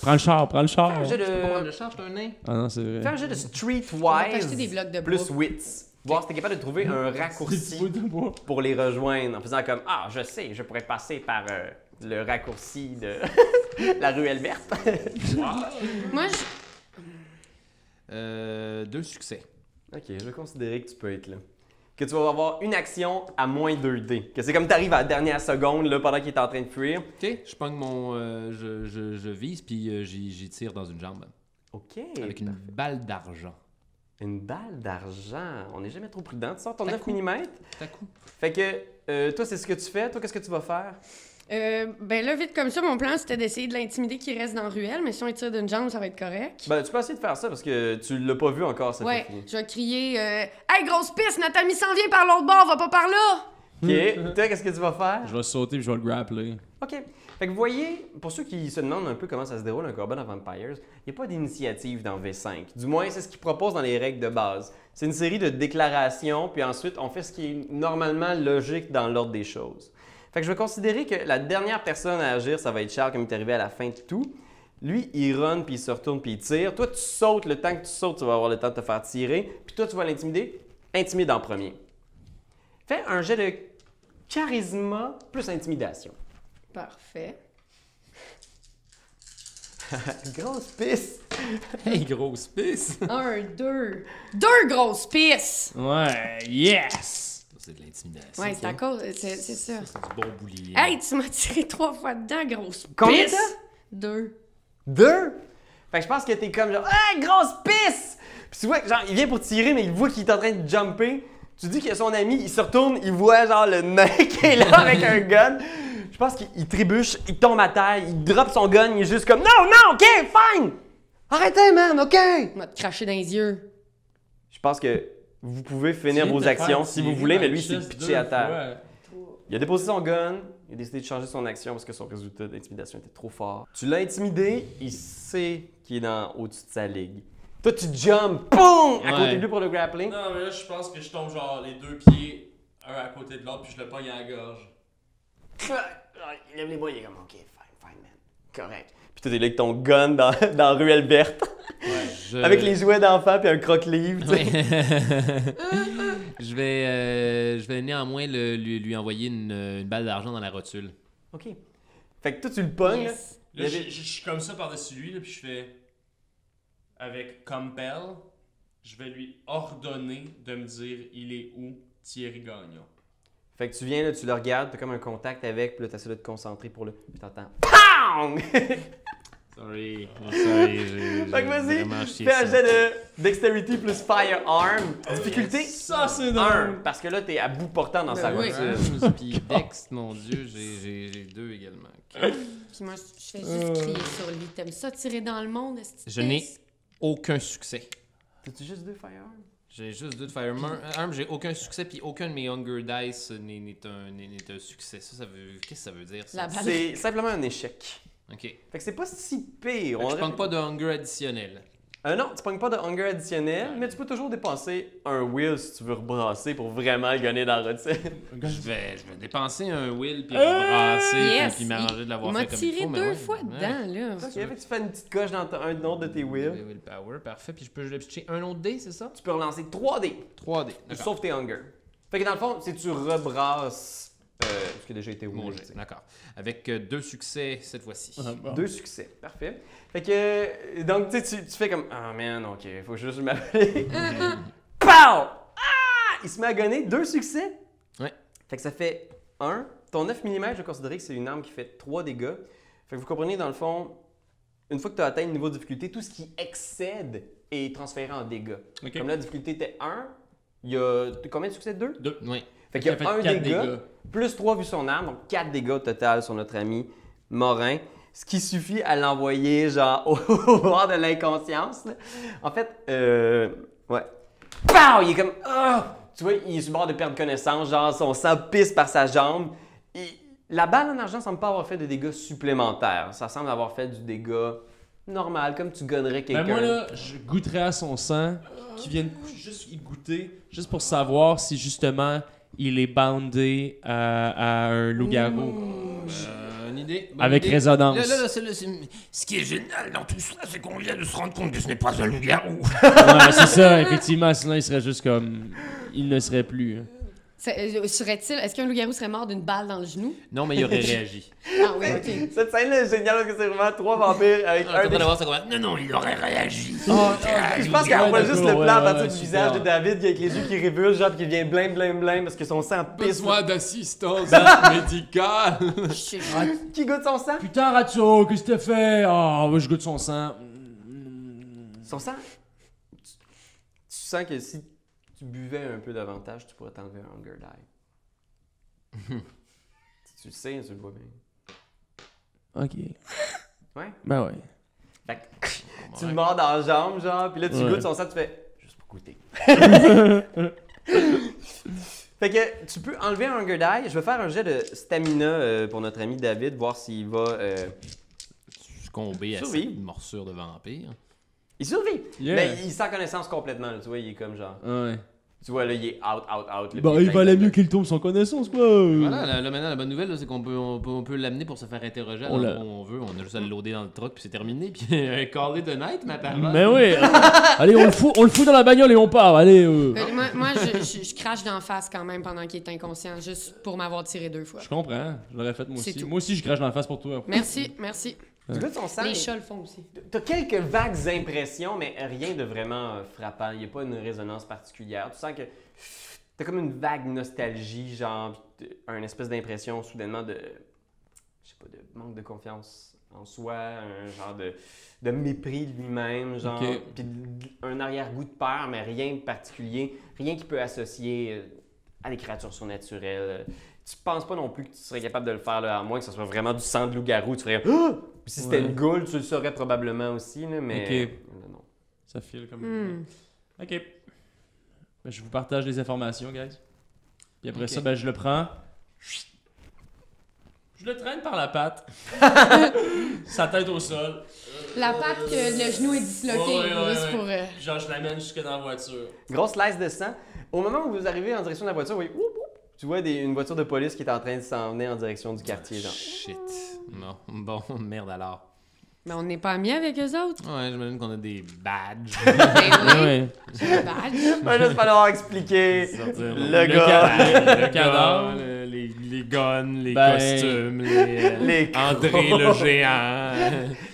Prends le char, prends le char. Un jeu de- le charge, un nain. Ah non, c'est Fais vrai. un jeu de On va t'acheter des streetwise blocs de plus bois. wits. Voir si t'es capable de trouver un Petit bout raccourci de bois. pour les rejoindre en faisant comme Ah, je sais, je pourrais passer par euh, le raccourci de la ruelle verte. Moi, je... Euh, deux succès. ok, je vais considérer que tu peux être là. Que tu vas avoir une action à moins 2D. Que c'est comme t'arrives à la dernière seconde là, pendant qu'il est en train de fuir. Ok, je pogne mon. euh, je, je- je vise, puis euh, j'y j'y tire dans une jambe. Ok. Avec une balle d'argent. Une balle d'argent. On n'est jamais trop prudent. Tu sors ton 9 mm. Tout à coup. Fait que euh, toi, c'est ce que tu fais. Toi, qu'est-ce que tu vas faire? euh, ben là, vite comme ça, mon plan, c'était d'essayer de l'intimider qu'il reste dans la ruelle, mais si on lui tire d'une jambe, ça va être correct. Ben, tu peux essayer de faire ça parce que tu l'as pas vu encore cette ouais, fille. je vais crier euh, Hey, grosse piste, notre ami s'en vient par l'autre bord, va pas par là! Ok, toi, qu'est-ce que tu vas faire? Je vais sauter puis je vais le grappler. OK. Fait que vous voyez, pour ceux qui se demandent un peu comment ça se déroule un combat dans Vampires, il n'y a pas d'initiative dans V5. Du moins, c'est ce qu'ils proposent dans les règles de base. C'est une série de déclarations, puis ensuite, on fait ce qui est normalement logique dans l'ordre des choses. Fait que je vais considérer que la dernière personne à agir, ça va être Charles, comme il est arrivé à la fin de tout. Lui, il run, puis il se retourne, puis il tire. Toi, tu sautes. Le temps que tu sautes, tu vas avoir le temps de te faire tirer. Puis toi, tu vas l'intimider. Intimide en premier. Fais un jet de charisme plus intimidation. Parfait. Grosse pisse! Hey, grosse pisse! Un, deux. Deux grosses pisses! Ouais, yes! C'est de l'intimidation. Ouais, c'est à cause, c'est c'est ça. C'est du bon boulier. Hey, tu m'as tiré trois fois dedans, grosse Combien pisse! de Deux. Deux! Fait que je pense que t'es comme genre, ah, grosse pisse! Puis tu vois que genre, il vient pour tirer, mais il voit qu'il est en train de jumper. Tu dis que son ami, il se retourne, il voit genre le nain qui est là avec un gun. Je pense qu'il il trébuche, il tombe à terre, il drop son gun, il est juste comme, non, non, ok, fine! Arrêtez, man, ok! Il m'a craché dans les yeux. Je pense que vous pouvez finir vos actions si vous voulez, mais lui, c'est pitché à terre. Il a déposé son gun, il a décidé de changer son action parce que son résultat d'intimidation était trop fort. Tu l'as intimidé, il sait qu'il est dans au-dessus de sa ligue. Toi, tu jumps, boum, à côté Ouais. de lui pour le grappling. Non, mais là, je pense que je tombe genre les deux pieds, un à côté de l'autre, puis je le pogne à la gorge. Ah, Il lève les bras, il est comme, OK, fine, fine, man. Correct. Puis toi, t'es là avec ton gun dans, dans la ruelle verte, Je- avec les jouets d'enfants puis un croque-livre, tu sais. Euh. Ouais. je vais, euh, je vais néanmoins le- lui, lui envoyer une, une balle d'argent dans la rotule. OK. Fait que toi, tu le pognes, là. Yes. Là, Il y je, avait- je- je suis comme ça par-dessus lui, là, puis je fais. Avec Compel, je vais lui ordonner de me dire il est où Thierry Gagnon. Fait que tu viens, là, tu le regardes, t'as comme un contact avec, puis là, t'essaies de te concentrer pour le... Puis t'entends, POUNG! Ça, Sorry. Oh, Sorry, j'ai. Fait que vas-y, fais un jet de Dexterity plus Firearm. Difficulté Ça, c'est 1, drôle. parce que là, t'es à bout portant dans sa Ben oui. voiture. Puis Oh, Dex, mon dieu, j'ai- j'ai j'ai deux également. Puis moi, je fais juste crier sur lui. T'aimes ça tirer dans le monde, est-ce que Je tu n'ai fais? aucun succès. T'as-tu juste deux Firearm? J'ai juste deux de Firearm, j'ai aucun succès, puis aucun de mes Hunger Dice n'est- n'est un, n'est- n'est un succès. Ça, ça veut. Qu'est-ce que ça veut dire, ça? La balle. C'est simplement un échec. Ok. Fait que c'est pas si pire. Fait que On je aurait- prends pas de Hunger additionnel. Euh, non, tu pognes pas de hunger additionnel, mais tu peux toujours dépasser un will si tu veux rebrasser pour vraiment gagner dans la recette. Je vais, je vais dépenser un Will, puis brasser, Euh, Yes, puis m'arranger de l'avoir Il m'a fait comme il tiré faut. mais deux ouais, fois ouais. dedans, là. Ok, fait que tu fais une petite coche dans ta- un autre de tes wills. Will, Will Power, parfait. Puis je peux le pitcher un autre dé, c'est ça? Tu peux relancer 3 dés, 3D. D'accord. sauf tes hunger. Fait que dans le fond, si tu rebrasses euh, ce qui a déjà été Mon will, jet, tu sais. D'accord. Avec euh, deux succès cette fois-ci. Ah, Ah, Deux succès, parfait. Fait que, euh, donc tu sais, tu- tu fais comme Ah man, ok, faut juste m'appeler. Pow! Ah! Il se met à gonner, deux succès. Ouais. Fait que ça fait 1. Ton 9 mm, je vais considérer que c'est une arme qui fait 3 dégâts. Fait que vous comprenez, dans le fond, une fois que tu as atteint le niveau de difficulté, tout ce qui excède est transféré en dégâts. Ok. Comme la difficulté était 1, il y a t'as combien de succès 2 Deux. Oui. Fait qu'il y a, Ça fait un quatre dégât, dégâts. plus 3 vu son arme, donc 4 dégâts au total sur notre ami Morin. Ce qui suffit à l'envoyer genre au au bord de l'inconscience. là. En fait, euh, ouais. Pow! Il est comme Ah! Tu vois, il est sur le bord de perdre connaissance, genre son sang pisse par sa jambe. Et la balle en argent semble pas avoir fait de dégâts supplémentaires. Ça semble avoir fait du dégât normal, comme tu gonnerais Ben quelqu'un. moi là, je goûterais à son sang, qu'il vienne cou- juste y goûter, juste pour savoir si justement il est boundé à, à un loup-garou. Euh, une idée. bonne Avec idée. résonance. Là, là, là, c'est- là, c'est- Ce qui est génial dans tout ça, c'est qu'on vient de se rendre compte que ce n'est pas un loup-garou. ouais, ben, c'est ça, effectivement, sinon il serait juste comme. Il ne serait plus. hein. C'est- euh, Serait-il, est-ce qu'un loup-garou serait mort d'une balle dans le genou? Non, mais il aurait réagi. Ah oui, ok. Cette scène-là est géniale parce que c'est vraiment trois vampires avec Ah, un t'es en train des de voir ça Bah, comment- Non, non, il aurait réagi. Oh, Ah, Je pense qu'on Ouais, voit d'accord, juste le plan ouais, à ouais, partir ouais, du super. visage de David qui avec les yeux qui révulsent, genre, puis qui vient blim blim blim parce que son sang pisse. d'assistance médicale. Je suis- Qui goûte son sang? Ben. Putain, Ratio, qu'est-ce que t'as fait? Oh, ouais, je goûte son sang. Mmh. Son sang? Tu, tu sens que si tu buvais un peu davantage, tu pourrais t'enlever un Hunger Die. tu le sais, tu le vois bien. Ok. Ouais. Ben ouais. Fait que tu le mords dans la jambe, genre, puis là, tu Ouais. goûtes son sang, tu fais juste pour goûter. fait que tu peux enlever un Hunger Die. Je vais faire un jet de stamina euh, pour notre ami David, voir s'il va. euh, Succombé à Survie. cette morsure de vampire. Il survit! Yeah. Mais il est sans connaissance complètement, là, tu vois, Ben, il Ben, est comme genre. Ouais. Tu vois, là, il est out, out, out. là, Bah, puis il valait plein de- mieux qu'il tombe sans connaissance, quoi. Voilà, là, là, maintenant, la bonne nouvelle, là, c'est qu'on peut, on peut, on peut l'amener pour se faire interroger à On l'a- l'endroit où on veut. On a juste à le loader dans le truck, puis c'est terminé. Puis euh, call it a night, ma Ah, parole. bah. Mais Ben oui. allez, on le fout, on le fout dans la bagnole et on part. Allez. euh. Euh, moi, moi, je, je- je crache d'en face quand même pendant qu'il est inconscient, juste pour m'avoir tiré deux fois. Je comprends. Je l'aurais fait moi C'est aussi. tout. Moi aussi, je crache dans la face pour toi. Merci, merci. Tu goûtes son sang. Les et chats le font aussi. T'as quelques vagues impressions, mais rien de vraiment euh, frappant. Il n'y a pas une résonance particulière. Tu sens que. T'as comme une vague nostalgie, genre. puis t'as Une espèce d'impression soudainement de. Je sais pas, de manque de confiance en soi, un genre de, de mépris de lui-même, genre. Ok. Puis un arrière-goût de peur, mais rien de particulier. Rien qui peut associer euh, à des créatures surnaturelles. Tu penses pas non plus que tu serais capable de le faire, là, à moins que ce soit vraiment du sang de loup-garou. Tu ferais. Ah! Puis si c'était Ouais. une goule, tu le saurais probablement aussi, là, mais. Ok. Là, non. Ça file comme. Hmm. Ok. Ben, je vous partage les informations, guys. Puis après Ok. ça, ben, je le prends. Je le traîne par la patte. Sa tête au sol. La patte que le genou est disloqué, Ouais, ouais, ouais, juste ouais. pour... euh, Genre, je l'amène jusque dans la voiture. Grosse laisse de sang. Au moment où vous arrivez en direction de la voiture, vous voyez, oup, oup, tu vois des- une voiture de police qui est en train de s'en venir en direction du quartier. Genre. Shit. Bon, bon, merde alors. Mais on n'est pas amis avec eux autres. Ouais, j'imagine qu'on a des badges. Ben oui, ouais. j'ai le badge. Va juste falloir expliquer. Sortir Le Le gars. cadavre. le Le cadavre. le- les, les guns, les Ben- costumes, les, euh, Les André le géant.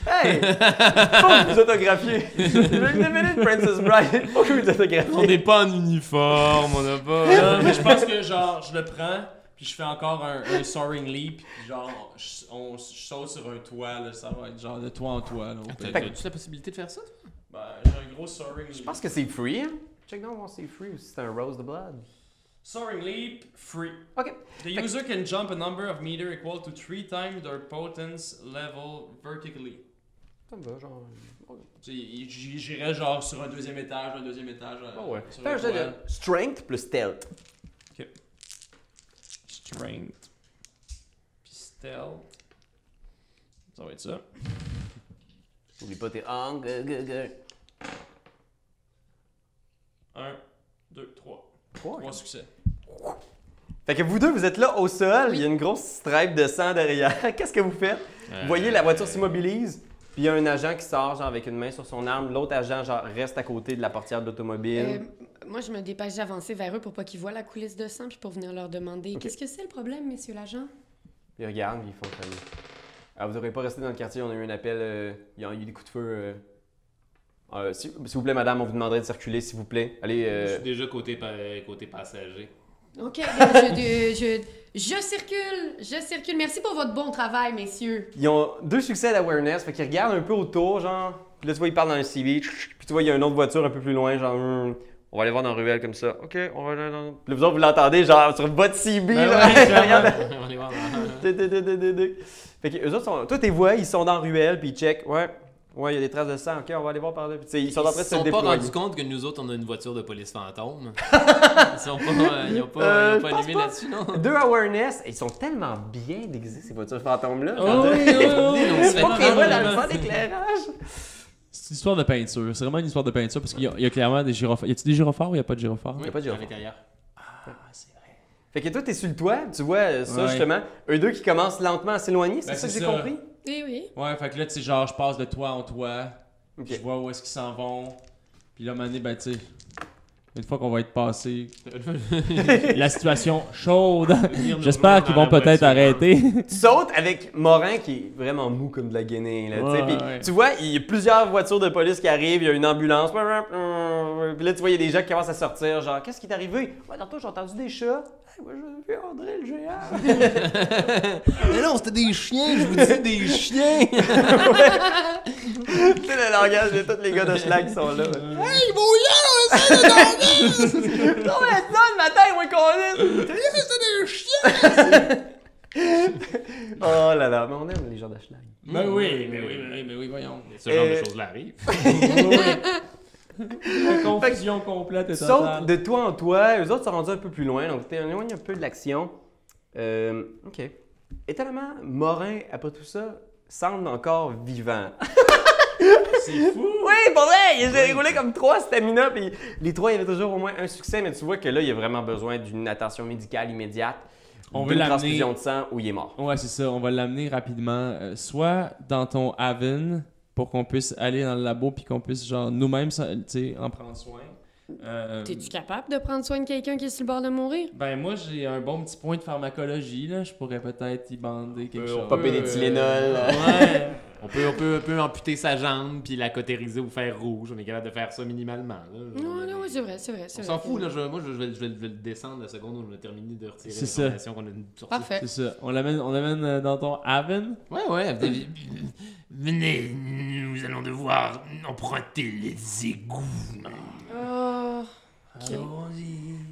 Hey! Faut que vous autographiez. Vous avez minute, Princess Bride. Faut que vous autographiez. on n'est pas en uniforme, on n'a pas. Euh, mais je pense que genre, je le prends, Puis je fais encore un, un soaring leap. Puis genre, je, on, je saute sur un toit. Là, ça va être genre de toit en toit. Là, au T'as- pire. T'as-tu la possibilité de faire ça? toi? Ben, j'ai un gros soaring leap. Je pense que c'est free, hein? Check donc voir si c'est free ou si c'est un Rose the Blood. Soaring leap, free. OK. The user can jump a number of meter equal to three times their potence level vertically. Ça me va, genre. OK. Tu sais, il- j'y- J'irais genre sur un deuxième étage, un deuxième étage. euh, Oh ouais. sur Fais un un jeu toit. de strength plus stealth. Strength. Puis stealth. Ça va être ça. Oublie pas tes angles. gueux, gueux, gueux. 1, 2, 3. Trois. 3 succès. Fait que vous deux, vous êtes là au sol, il y a une grosse stripe de sang derrière. Qu'est-ce que vous faites? Vous voyez, la voiture s'immobilise, puis il y a un agent qui sort genre, avec une main sur son arme. L'autre agent genre, reste à côté de la portière de Euh, l'automobile. moi, je me dépêche d'avancer vers eux pour pas qu'ils voient la coulisse de sang puis pour venir leur demander Ok. Qu'est-ce que c'est le problème, messieurs l'agent Ils regardent, puis ils font comme. Ah, vous n'aurez pas resté dans le quartier, on a eu un appel, euh, il y a eu des coups de feu. euh. Euh, si- S'il vous plaît, madame, on vous demanderait de circuler, s'il vous plaît. Allez. Je euh, suis déjà côté, pa- côté passager. Ok, ben, je, je, je, je circule, je circule. Merci pour votre bon travail, messieurs. Ils ont deux succès d'awareness, fait qu'ils regardent un peu autour, genre. Puis là, tu vois, ils parlent dans un CV, puis tu vois, il y a une autre voiture un peu plus loin, genre. Hum, on va aller voir dans la ruelle comme ça. Ok, on va aller dans. Puis là, vous autres, vous l'entendez, genre, sur votre CB, Ben là. ouais, Regarde. On va aller voir. Tuc, tuc, tuc, tuc, tuc, tuc. Fait que eux autres sont. Toi, tes voix, ils sont dans la ruelle, puis ils checkent. Ouais, ouais, il y a des traces de sang, ok, on va aller voir par là. Puis tu sais, ils sont en train de ils se sont pas déployer. rendus compte que nous autres, on a une voiture de police fantôme. ils sont pas, euh, ils ont pas, ils ont Euh, je pas pense allumé pas. là-dessus, non? Deux awareness, et ils sont tellement bien déguisés, ces voitures fantômes-là. Oh, on se fait Pas qu'ils voient dans le vraiment- fond d'éclairage. C'est une histoire de peinture. C'est vraiment une histoire de peinture parce qu'il y, a- il y a clairement des gyrophares. Y a-t-il des gyrophares ou y a pas de gyrophares a pas de hein. à gyrophare. l'intérieur. Fait que toi, t'es sur le toit, tu vois euh, ça Ouais. justement. Eux deux qui commencent lentement à s'éloigner, c'est Ben, ça que c'est j'ai ça. compris? Eh oui. Ouais, fait que là, tu sais, genre, je passe de toit en toit. Ok. Je vois où est-ce qu'ils s'en vont. Puis là, à un moment donné, ben, tu sais, une fois qu'on va être passé, la situation chaude. J'espère qu'ils vont peut-être arrêter. Tu sautes avec Morin qui est vraiment mou comme de la guinée. Là, tu sais. Ouais, Puis ouais. Tu vois, il y a plusieurs voitures de police qui arrivent, il y a une ambulance. Puis là, tu vois, il y a des gens qui commencent à sortir. Genre, qu'est-ce qui t'est arrivé? Ouais, tantôt, j'ai entendu des chats. Hey, moi, j'ai vu André le géant. Mais non, c'était des chiens, je vous dis des chiens! tu sais, le langage de tous les gars de Schlag qui sont là. Hey, brouillard, on essaie de Non, mais non, le matin, oui, qu'on est. c'était des chiens! Oh là là, mais on aime les gens de Schlag. Ben oui, ben oui, ben oui, ben oui, voyons. Ce genre Euh, de choses-là arrivent. La confusion complète et Tu totale. sautes de toi en toi, eux autres sont rendus un peu plus loin, donc t'es éloigné un peu de l'action. Euh, ok. Étonnamment, Morin, après tout ça, semble encore vivant. C'est fou. Oui, pour vrai, il- j'ai roulé comme trois stamina, puis les trois, il y avait toujours au moins un succès, mais tu vois que là, il y a vraiment besoin d'une attention médicale immédiate. On d'une veut l'amener. transfusion de sang ou il est mort. Ouais, c'est ça. On va l'amener rapidement, euh, soit dans ton haven pour qu'on puisse aller dans le labo puis qu'on puisse genre nous-mêmes, ça- tu sais, en prendre soin. Euh, T'es-tu capable de prendre soin de quelqu'un qui est sur le bord de mourir ben moi j'ai un bon petit point de pharmacologie là, je pourrais peut-être y bander quelque chose. popper des Tylenol. Ouais. euh, On peut, on, peut, on peut amputer sa jambe puis la cautériser au fer rouge. On est capable de faire ça minimalement. Là. Non, On- non, c'est vrai, c'est vrai. c'est On vrai, s'en c'est fout, vrai. là. Je, moi, je, je vais, je vais- je vais le descendre la seconde où on a terminé de retirer C'est ça. l'information qu'on a sortie. Parfait. c'est ça. On l'amène, on l'amène euh, dans ton haven. Ouais, ouais. Abdel- Venez, nous allons devoir emprunter les égouts. Ah, ok.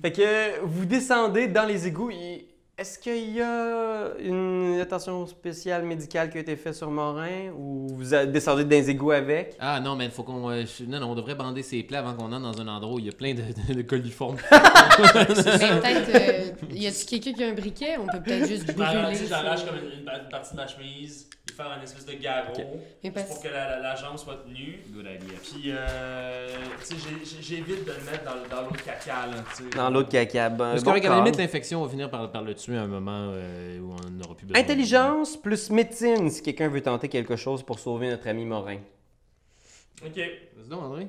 Fait que vous descendez dans les égouts. il- Est-ce qu'il y a une attention spéciale médicale qui a été faite sur Morin ou vous a- descendez dans les égouts avec? Ah non, mais il faut qu'on. euh, je- non, non, on devrait bander ses plats avant qu'on entre dans un endroit où il y a plein de, de- de coliformes. Ben, peut-être. euh, y a-tu quelqu'un qui a un briquet On peut peut-être juste Je m'arrache- brûler. je ça. l'arrache comme une, une pa- une partie de ma chemise, et faire un espèce de garrot, Mais juste parce- pour que la, la, la jambe soit tenue. Good idea. Puis, euh, tu sais, j'ai- j'ai- j'évite de le mettre dans, le- dans l'eau de caca, là, tu sais. Dans l'autre caca. Bon, Parce bon qu'à la call. limite, l'infection va finir par, par le tuer à un moment euh, où on n'aura plus besoin. de- Intelligence plus médecine si quelqu'un veut tenter quelque chose pour sauver notre ami Morin. Ok. Vas-y donc, André.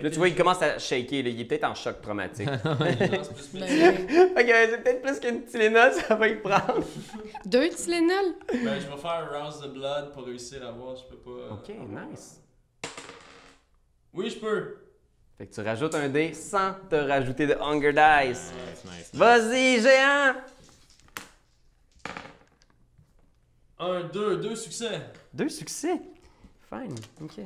Là, tu vois, il commence à shaker. là, Il est peut-être en choc traumatique. Ben, Ok, euh, c'est peut-être plus qu'une Tylenol, ça va y prendre. deux Tylenol Ben, je vais faire Rouse the Blood pour réussir à voir, je peux pas. euh, Ok, nice. Oui, je peux. Fait que tu rajoutes un dé sans te rajouter de Hunger Dice. Nice. Vas-y, géant! Un, deux, deux succès. Deux succès. Fine. OK.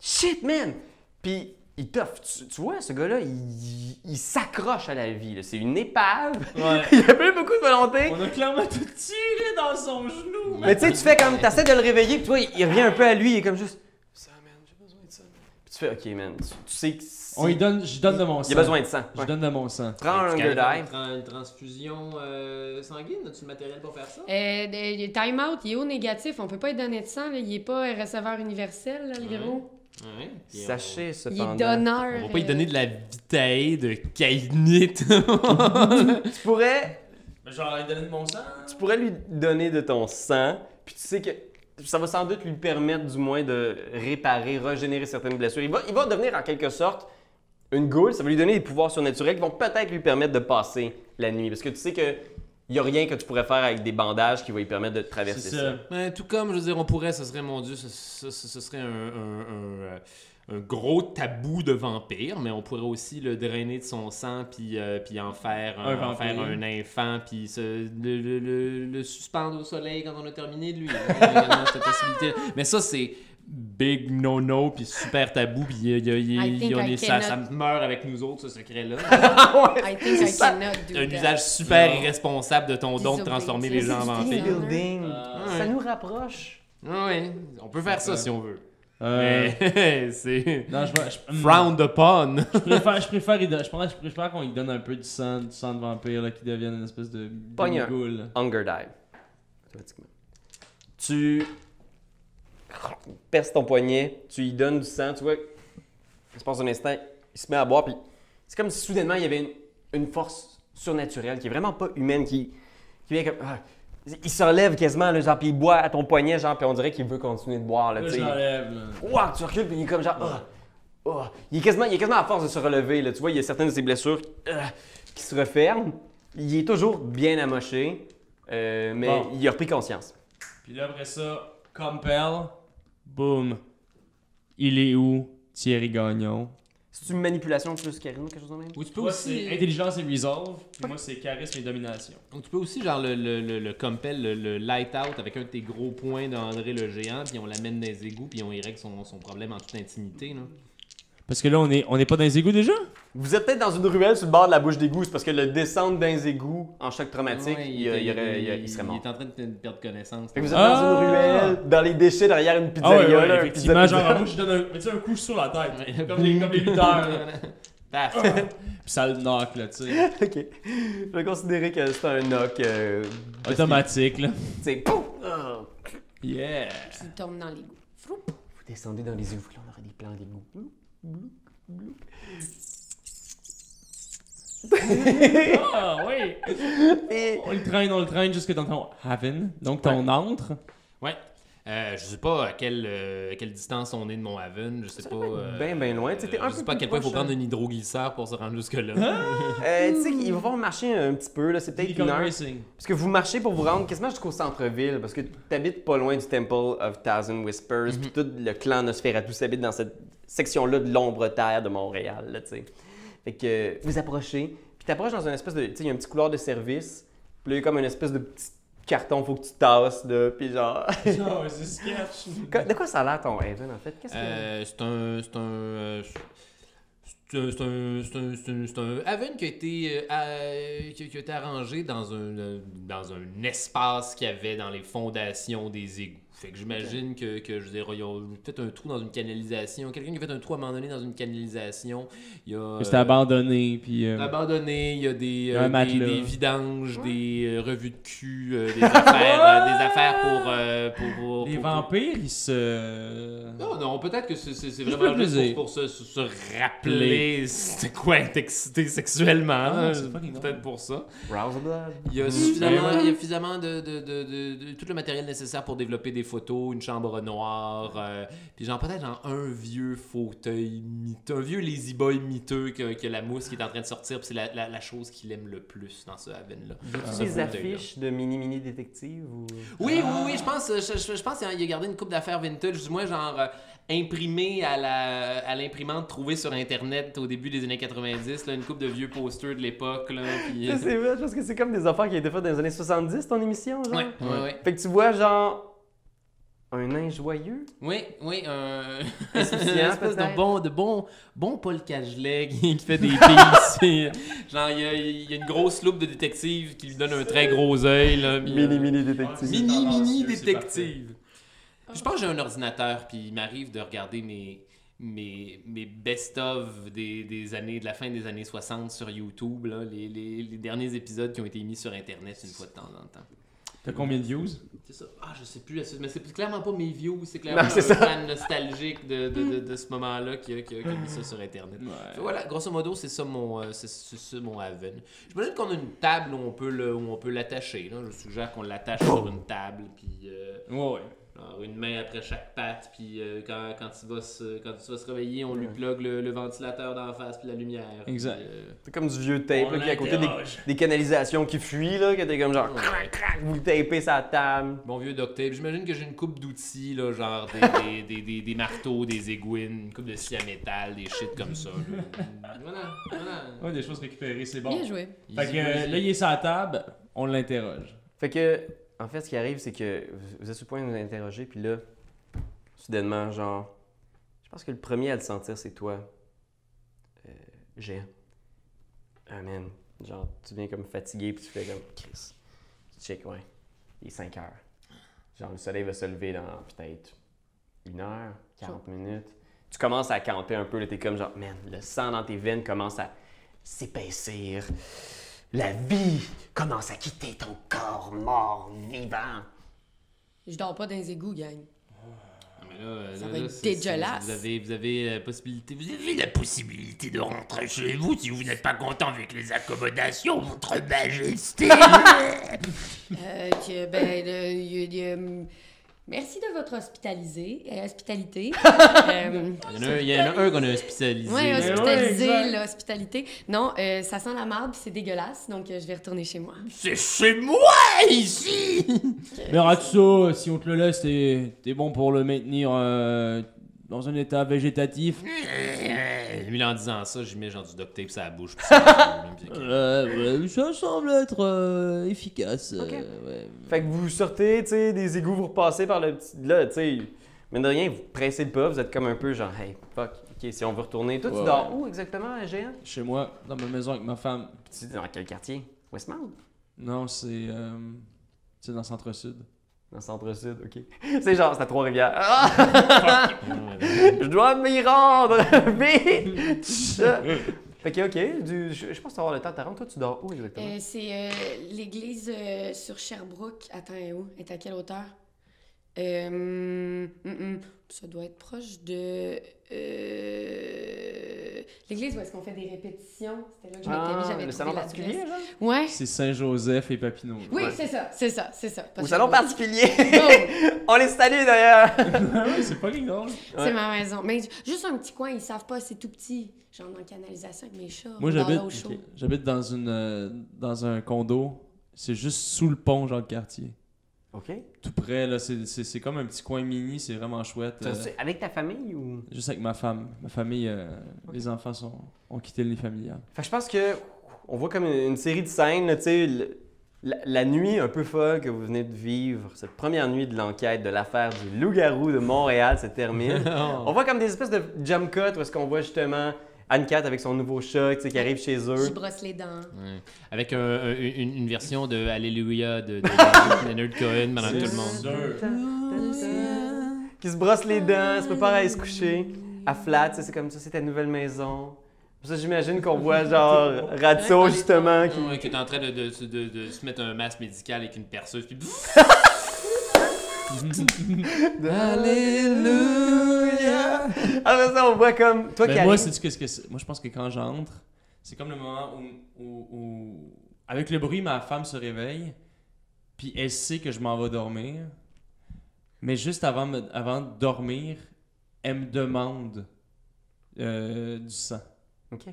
Shit, man! Puis, il t'offre. Tu, tu vois, ce gars-là, il, il s'accroche à la vie. là. C'est une épave. Ouais. il a plus beaucoup de volonté. On a clairement tout tiré dans son genou, man. Mais tu sais, tu fais comme. T'essaies de le réveiller, puis tu vois, il, il revient un peu à lui. Il est comme juste. Ça, man, j'ai besoin de ça. Puis tu fais, OK, man. Tu, tu sais que. c'est- On lui donne, je donne de mon sang. Il a besoin de sang. Je Ouais. donne de mon sang. Prends un Est-ce Hunger qu'elle Dive. prend une transfusion euh, sanguine? As-tu le matériel pour faire ça? Euh, de- de- time out, il est au négatif. On peut pas lui donner de sang. là. Il est pas euh, receveur universel, là, le Ouais. gros. Ouais, puis on- Sachez, Il cependant. est donneur. On va pas lui euh, donner de la vitae de caïnite. Tu pourrais Mais genre, il donne de mon sang. Tu pourrais lui donner de ton sang, puis tu sais que ça va sans doute lui permettre du moins de réparer, régénérer certaines blessures. Il va, il va devenir en quelque sorte une goule, ça va lui donner des pouvoirs surnaturels qui vont peut-être lui permettre de passer la nuit. Parce que tu sais que il n'y a rien que tu pourrais faire avec des bandages qui va lui permettre de traverser C'est ça. ça. Ben, tout comme, je veux dire, on pourrait, ce serait, mon Dieu, ce, ce- ce- ce serait un, un- un, euh, un gros tabou de vampire, mais on pourrait aussi le drainer de son sang, puis, euh, puis en faire un, Un en faire vampire. un enfant, puis se- le, le- le- le suspendre au soleil quand on a terminé de lui. Il y a également cette possibilité. Mais ça, c'est big no-no, puis super tabou, puis il y a- il y a- I think il y a- I ça, cannot. ça meurt avec nous autres, ce secret-là. I think I cannot do un that. usage super Non. irresponsable de ton don de transformer les gens en Disobéissance. vampires. building, Euh, ça nous rapproche. Oui, on peut faire ça si on veut. Euh, Mais c'est. Non, je, vais- je, hmm, Frowned upon. je préfère, je préfère, il donne- je pense- je préfère qu'on lui donne un peu du sang, du sang de vampire, là, qui devienne une espèce de Pogneur. goule. là. Hunger Dive. Automatiquement. Tu perces ton poignet, tu lui donnes du sang, tu vois, il se passe un instant, il se met à boire, puis c'est comme si soudainement il y avait une, une force surnaturelle qui est vraiment pas humaine, qui, qui vient comme. ah, il se relève quasiment, là, genre, puis il boit à ton poignet, genre, puis on dirait qu'il veut continuer de boire, là, Là, Ah, tu je sais. l'enlève, là. Ouah, tu recules, puis il est comme genre. Ah! Ah! Il, est quasiment, il est quasiment à force de se relever. Là. Tu vois, il y a certaines de ses blessures ah, qui se referment. Il est toujours bien amoché, euh, mais Bon. il a repris conscience. Puis là, après ça, compel, boum. Il est où, Thierry Gagnon? C'est une manipulation plus charisme, quelque chose de même? Ou tu peux Toi, aussi. c'est intelligence et resolve, puis moi, c'est charisme et domination. ou tu peux aussi, genre, le, le, le, le compel, le, le light out avec un de tes gros points d'André le géant, puis on l'amène dans les égouts, puis on y règle son, son problème en toute intimité. Là. Parce que là, on est, on est pas dans les égouts déjà? Vous êtes peut-être dans une ruelle sur le bord de la bouche d'égout. C'est parce que le descendre d'un égout en choc traumatique, Ouais, il, il- il- il- il- il serait mort. Il est en train de te- de perdre connaissance. Fait que vous êtes Ah! dans une ruelle, dans les déchets, derrière une Ah ouais, pizzeria. ouais, là, un effectivement, pizza- genre, moi, je donne un, mais tu sais, un coup sur la tête. comme, les, comme les lutteurs, là. Paf. Ah. Puis ça le knock, là, tu sais. Ok. Je vais considérer que c'est un knock. euh, parce Automatique, là. que, tu sais, pouf! Ah! Yeah! Puis il tombe dans les goûts. Vous descendez dans les égouts, là, on aurait des plans d'égouts. Bloup, bloup, bloup. Ah, oui! Et On le traîne, on le traîne jusque dans ton haven, donc ton antre. Ouais. Euh, je sais pas à quelle, euh, à quelle distance on est de mon haven, je sais pas. euh, ben, ben loin. Tu sais, t'es un je peu sais pas à plus quel point il faut proche, hein. prendre un hydroglisseur pour se rendre jusque-là. Euh, tu sais, il va falloir marcher un petit peu, là, c'est peut-être une Beacon heure. Racing. Parce que vous marchez pour vous rendre quasiment jusqu'au centre-ville, parce que t'habites pas loin du Temple of Thousand Whispers, puis tout le clan Nosferatu s'habite dans cette section-là de l'ombre terre de Montréal, là, tu sais. Fait que euh, vous approchez, puis t'approches dans une espèce de. Tu sais, il y a un petit couloir de service, puis là, il y a comme une espèce de petit carton, faut que tu tasses, là, puis genre. Non, c'est sketch. de quoi ça a l'air ton Haven, en fait? Qu'est-ce que. Euh, c'est un. C'est un. euh, c'est un- c'est un, c'est un, c'est un- c'est un haven qui a été, euh, à- qui, qui a été arrangé dans un, euh, dans un espace qu'il y avait dans les fondations des égouts. Fait que j'imagine que, que, je veux dire, ils ont fait un trou dans une canalisation. Quelqu'un qui a fait un trou à un moment donné dans une canalisation. Il y a, euh, C'était abandonné, puis. euh, c'est abandonné, il y a des, y a euh, un des, matelas. des vidanges, des euh, revues de cul, euh, des, affaires, euh, des affaires pour... euh, pour, pour- les pour- vampires, ils se. Non, non, peut-être que c'est- c'est c'est Juste vraiment le juste plaisir. pour, pour se, se- se rappeler c'était quoi être excité sexuellement. Ah, hein, c'est pas les noms. peut-être pour ça. Rouse of blood. Il y a suffisamment, il y a suffisamment de, de- de- de- de- tout le matériel nécessaire pour développer des photos, une chambre noire, euh, puis genre peut-être genre un vieux fauteuil miteux, un vieux lazy boy miteux que, que la mousse qui est en train de sortir, puis c'est la, la- la chose qu'il aime le plus dans ce haven-là. As-tu Ce des fauteuil-là. affiches de mini-mini détective ou... Oui, oui, oui, Ah. je pense, je, je- je pense qu'il a gardé une coupe d'affaires vintage, du moins genre euh, imprimée à la à l'imprimante trouvée sur internet au début des années 90, là, une coupe de vieux posters de l'époque là, puis- euh, Ça, C'est vrai, je pense que c'est comme des affaires qui étaient faites dans les années 70, ton émission, genre. Ouais, ouais, ouais. Fait que tu vois, genre, un nain joyeux. Oui, oui, un Insouciant, une espèce de peut-être. bon, de bon, bon Paul Cagelet qui, qui fait des pistes. genre, il y, a- il y a une grosse loupe de détective qui lui donne un très gros œil. là, puis, euh, Mini-mini détective. Mini, mini Tendancieux, c'est détective. Je pense que j'ai un ordinateur, puis il m'arrive de regarder mes, mes, mes best-of des, des années, de la fin des années 60 sur YouTube, là, les, les, les derniers épisodes qui ont été mis sur Internet une fois de temps en temps. T'as combien de views? C'est ça. Ah, je sais plus, la- mais c'est clairement pas mes views, c'est clairement Non, c'est un ça. fan nostalgique de, de, de, de ce moment-là qui a, qui a- qui a mis ça sur Internet. Fait Voilà, grosso modo, c'est ça mon, euh, c'est, c'est ça mon haven. Je me dis qu'on a une table où on peut, le, où on peut l'attacher. Là. Je suggère qu'on l'attache sur une table, puis euh, Ouais, ouais. genre une main après chaque patte, puis euh, quand, quand, il va se, quand il va se réveiller, on lui plug le, le ventilateur d'en face, puis la lumière. puis, Exact. euh, C'est comme du vieux tape On là, qui est à côté des, l'interroge. des canalisations qui fuient, là, que t'es comme genre, crac, crac, vous le tapez sa table. Bon vieux Doctape, j'imagine que j'ai une coupe d'outils, là, genre des, des, des, des, des marteaux, des aiguines, une coupe de scie à métal, des shit comme ça. là. Voilà, voilà. Ouais, Ah, des choses récupérées, c'est bon. Bien joué. Fait que euh, là, il est sur la table, on l'interroge. Fait que, en fait, ce qui arrive, c'est que vous- vous êtes sur le point de nous interroger, puis là, soudainement, genre, je pense que le premier à le sentir, c'est toi, euh, Géant. Amen. Genre, tu viens comme fatigué, puis tu fais comme, Chris, tu check, ouais, il est 5 heures. Genre, le soleil va se lever dans peut-être une heure, 40 minutes. Tu commences à compter un peu, là, t'es comme genre, man, le sang dans tes veines commence à s'épaissir. La vie commence à quitter ton corps mort vivant. Je dors pas dans les égouts, gang. Ah, mais là, euh, Ça là, va là, être c'est- c'est- dégueulasse. Vous avez, vous avez euh, possibilité. Vous avez- Vous avez la possibilité de rentrer chez vous si vous n'êtes pas content avec les accommodations, votre majesté. Euh, que, ben, le- y- y- euh, merci de votre hospitalisé, euh, hospitalité. Euh, Il y en a un, il y en a un qu'on a Euh, hospitalisé. ouais, là. hospitalisé, l'hospitalité. Non, euh, ça sent la marde, puis c'est dégueulasse, donc euh, je vais retourner chez moi. C'est chez moi ici. Mais rate ça, si on te le laisse, t'es t'es bon pour le maintenir euh, dans un état végétatif. Euh, Lui, en disant ça, j'y mets genre du duct tape sur la bouche. puis ça, là, puis- Euh, ouais, ça semble être euh, efficace. euh, Ok. ouais. Fait que vous sortez, tu sais, des égouts, vous repassez par le petit. Là, tu sais, mais de rien, vous pressez le pas, vous êtes comme un peu genre, hey, fuck, ok, si on veut retourner. Toi, tu Ouais, dors où exactement, euh, Géant Chez moi, dans ma maison avec ma femme. Puis Tu es dans quel quartier Westmount Non, c'est. euh, c'est dans le centre-sud. Dans le centre-sud, ok. C'est genre, c'est à Trois-Rivières. Ah! Je dois m'y rendre Vite Fait que, ok, du- je je pense que tu vas avoir le temps de te rendre. Toi, tu dors où exactement Euh, c'est euh, l'église euh, sur Sherbrooke. Attends, elle est où? Elle est à quelle hauteur? Euh, hum, hum, ça doit être proche de... euh, l'église où est-ce qu'on fait des répétitions. C'était là que je m'étais mis, Ah, j'avais le trouvé salon la particulier, pièce. genre Ouais. C'est Saint-Joseph et Papineau. Oui, Ouais. c'est ça, c'est ça, c'est ça. Parce Au que- salon particulier Boom! On les salue d'ailleurs Ouais, c'est pas drôle. Ouais. C'est ma maison. Mais juste un petit coin, ils savent pas, c'est tout petit. Genre dans la canalisation avec mes chats. Moi, dans j'habite, l'eau chaude. ok, j'habite dans une euh, dans un condo. C'est juste sous le pont, genre le quartier. Ok. Tout près, là, c'est, c'est, c'est comme un petit coin mini, c'est vraiment chouette. euh, C'est Avec ta famille ou juste avec ma femme. Ma famille, euh, les enfants sont, ont quitté le lit familial. Fait que je pense que on voit comme une, une série de scènes, là, tu sais, le- la, la nuit un peu folle que vous venez de vivre, cette première nuit de l'enquête de l'affaire du loup-garou de Montréal se termine. on voit comme des espèces de jump cut où est-ce qu'on voit justement Anne-Cat avec son nouveau chat, tu sais, qui arrive chez J'y eux. brosse les dents. Ouais. Avec un- un- une, une version de Alléluia de, de Leonard Cohen pendant que tout le monde. Qui se brosse les dents, elle se prépare à aller se coucher. À flat, tu sais, c'est comme ça, c'est ta nouvelle maison. Pour ça, j'imagine qu'on voit genre Ratio justement qui, Ouais, qui est en train de, de, de- de se mettre un masque médical avec une perceuse, puis pfff, Alléluia! Après Ah, ça, on voit comme. Toi qui Ben, moi, arrives- c'est ce que c'est. Moi, je pense que quand j'entre, c'est comme le moment où, où- où- avec le bruit, ma femme se réveille, puis elle sait que je m'en vais dormir. Mais juste avant, me- avant de dormir, elle me demande euh, du sang. OK.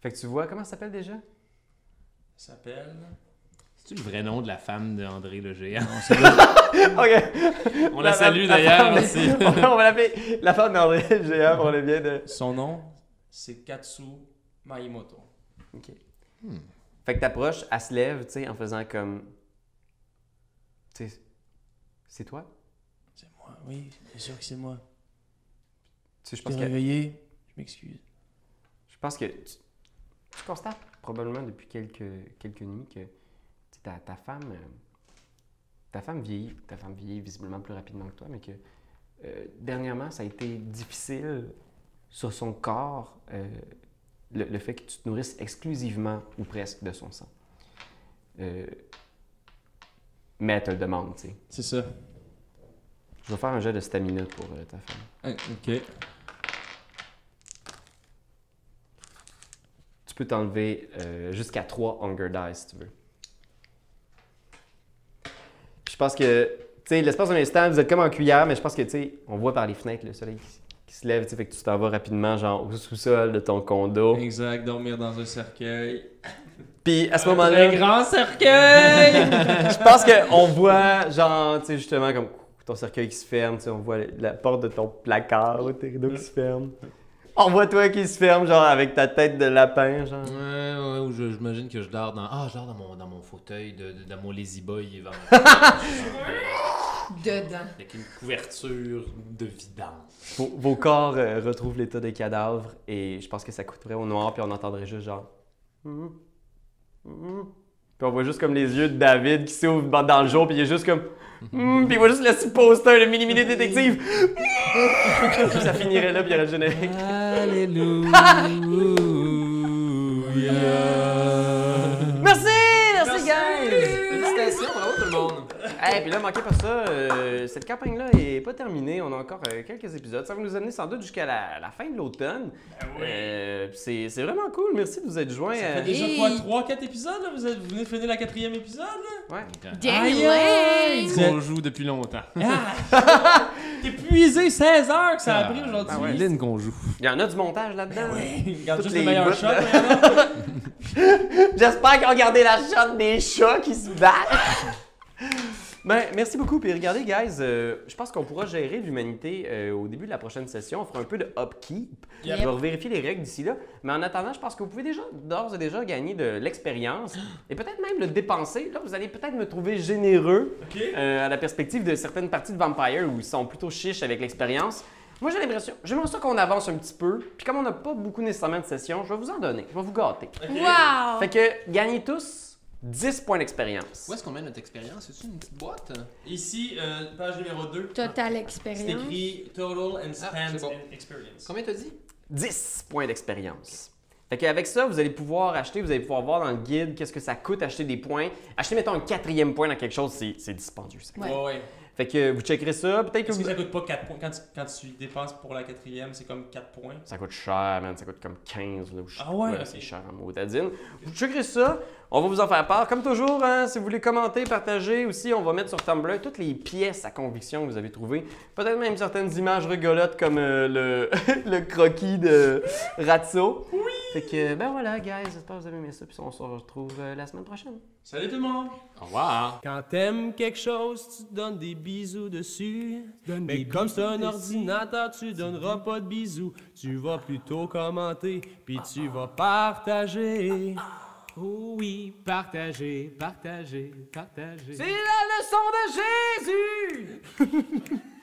Fait que tu vois, comment ça s'appelle déjà? Ça s'appelle. C'est-tu le vrai nom de la femme d'André le géant? OK. On la salue d'ailleurs. aussi. on va l'appeler la femme d'André le Géant, on le vient de... Son nom, C'est Katsu Maimoto. OK. Fait que t'approches, elle se lève, tu sais, en faisant comme... Tu sais, c'est toi? C'est moi, oui, bien sûr que c'est moi. Tu sais, je Je pense t'ai que... réveillé, je m'excuse. Je pense que tu, tu constates probablement depuis quelques, quelques nuits que tu sais, ta, ta femme euh, ta femme vieillit, ta femme vieillit visiblement plus rapidement que toi, mais que euh, dernièrement, ça a été difficile sur son corps euh, le, le fait que tu te nourrisses exclusivement ou presque de son sang. Euh, mais elle te le demande, tu sais. c'est ça. Je vais faire un jet de stamina pour euh, ta femme. Ah, Ok. Tu peux t'enlever euh, jusqu'à 3 Hunger Dice si tu veux. Puis Je pense que, tu sais, l'espace d'un instant, vous êtes comme en cuillère, mais je pense que, tu sais, on voit par les fenêtres le soleil qui, qui se lève, tu sais, fait que tu t'en vas rapidement, genre, au sous-sol de ton Oh. condo. Exact, dormir dans un cercueil. Puis à ce moment-là, grand cercueil! je pense qu'on voit, genre, tu sais, justement, comme ton cercueil qui se ferme, tu sais, on voit la porte de ton placard, tes rideaux qui se ferment. On voit toi qui se ferme, genre, avec ta tête de lapin, genre. Ouais, ouais, ou je- j'imagine que je dors dans. Ah, je dors dans mon, dans mon fauteuil, de, de- dans mon lazy boy éventuel. Dedans. Avec une couverture de vidange. Vos, vos corps euh, retrouvent l'état des cadavres et je pense que ça coûterait au noir puis on entendrait juste genre. Mhm. Mhm. Puis on voit juste comme les yeux de David qui s'ouvrent dans- dans le jour puis il est juste comme. Mhm. Puis il voit juste le petit poster, le mini mini détective. Puis ça finirait là puis il y aurait le générique. Alléluia! Merci, merci, guys. Félicitations, bravo tout le monde. Et puis là, manquez pas ça, euh, cette campagne-là est pas terminée. On a encore euh, quelques épisodes. Ça va nous amener sans doute jusqu'à la, la fin de l'automne. Euh, puis c'est c'est vraiment cool. Merci de vous être joints. Ben Ça fait euh, déjà Hey. quoi, 3-4 épisodes là? Vous, êtes- vous venez de finir la quatrième épisode là? Damn aïe. ouais. Vous Qu'on êtes- joue depuis longtemps. T'es épuisé 16 heures que ça a pris aujourd'hui! bah Ah ouais. Lynn qu'on joue. Il y en a du montage là-dedans. Ben Regarde Toutes juste les les meilleurs bouts, shots. là. regarde. J'espère qu'ils ont gardé la shot des chats qui se battent. ben, merci beaucoup. Puis regardez, guys, euh, je pense qu'on pourra gérer l'humanité euh, au début de la prochaine session. On fera un peu de upkeep. Yep. On va vérifier les règles d'ici là. Mais en attendant, je pense que vous pouvez déjà, d'ores et déjà, gagner de l'expérience et peut-être même le dépenser. Là, vous allez peut-être me trouver généreux Ok. euh, à la perspective de certaines parties de Vampire où ils sont plutôt chiches avec l'expérience. Moi, j'ai l'impression, j'aimerais ça qu'on avance un petit peu. Puis comme on n'a pas beaucoup nécessairement de sessions, je vais vous en donner. Je vais vous gâter. Wow! Fait que gagnez tous 10 points d'expérience. Où est-ce qu'on met notre expérience? C'est-tu une petite boîte? Ici, euh, page numéro 2. Total C'est expérience. écrit Total and Ah, Spend c'est bon. and Experience. Combien t'as dit? 10 points d'expérience. Fait qu'avec ça, vous allez pouvoir acheter, vous allez pouvoir voir dans le guide qu'est-ce que ça coûte acheter des points. Acheter, mettons, un quatrième point dans quelque chose, c'est c'est dispendieux. ça. Ouais. Ouais, ouais. Fait que vous checkerez ça, peut-être que Est-ce vous... que ça coûte pas 4 points? Quand tu, quand tu dépenses pour la quatrième, c'est comme 4 points. Ça coûte cher, man. Ça coûte comme 15. Là, ou je sais Ah ouais, quoi, ok. C'est cher en maudadine. Vous checkerez ça. On va vous en faire part. Comme toujours, hein, si vous voulez commenter, partager aussi, on va mettre sur Tumblr toutes les pièces à conviction que vous avez trouvées. Peut-être même certaines images rigolotes comme euh, le, le croquis de Ratso. Oui! Fait que, ben voilà, guys, j'espère que vous avez aimé ça. Puis on se retrouve euh, la semaine prochaine. Salut tout le monde! Au revoir. Quand t'aimes quelque chose, tu te donnes des bisous dessus. Mais comme c'est un ordinateur, tu donneras pas de bisous. Tu vas plutôt commenter, puis tu vas partager. ah. Oh oui, partager, partager, partager. C'est la leçon de Jésus!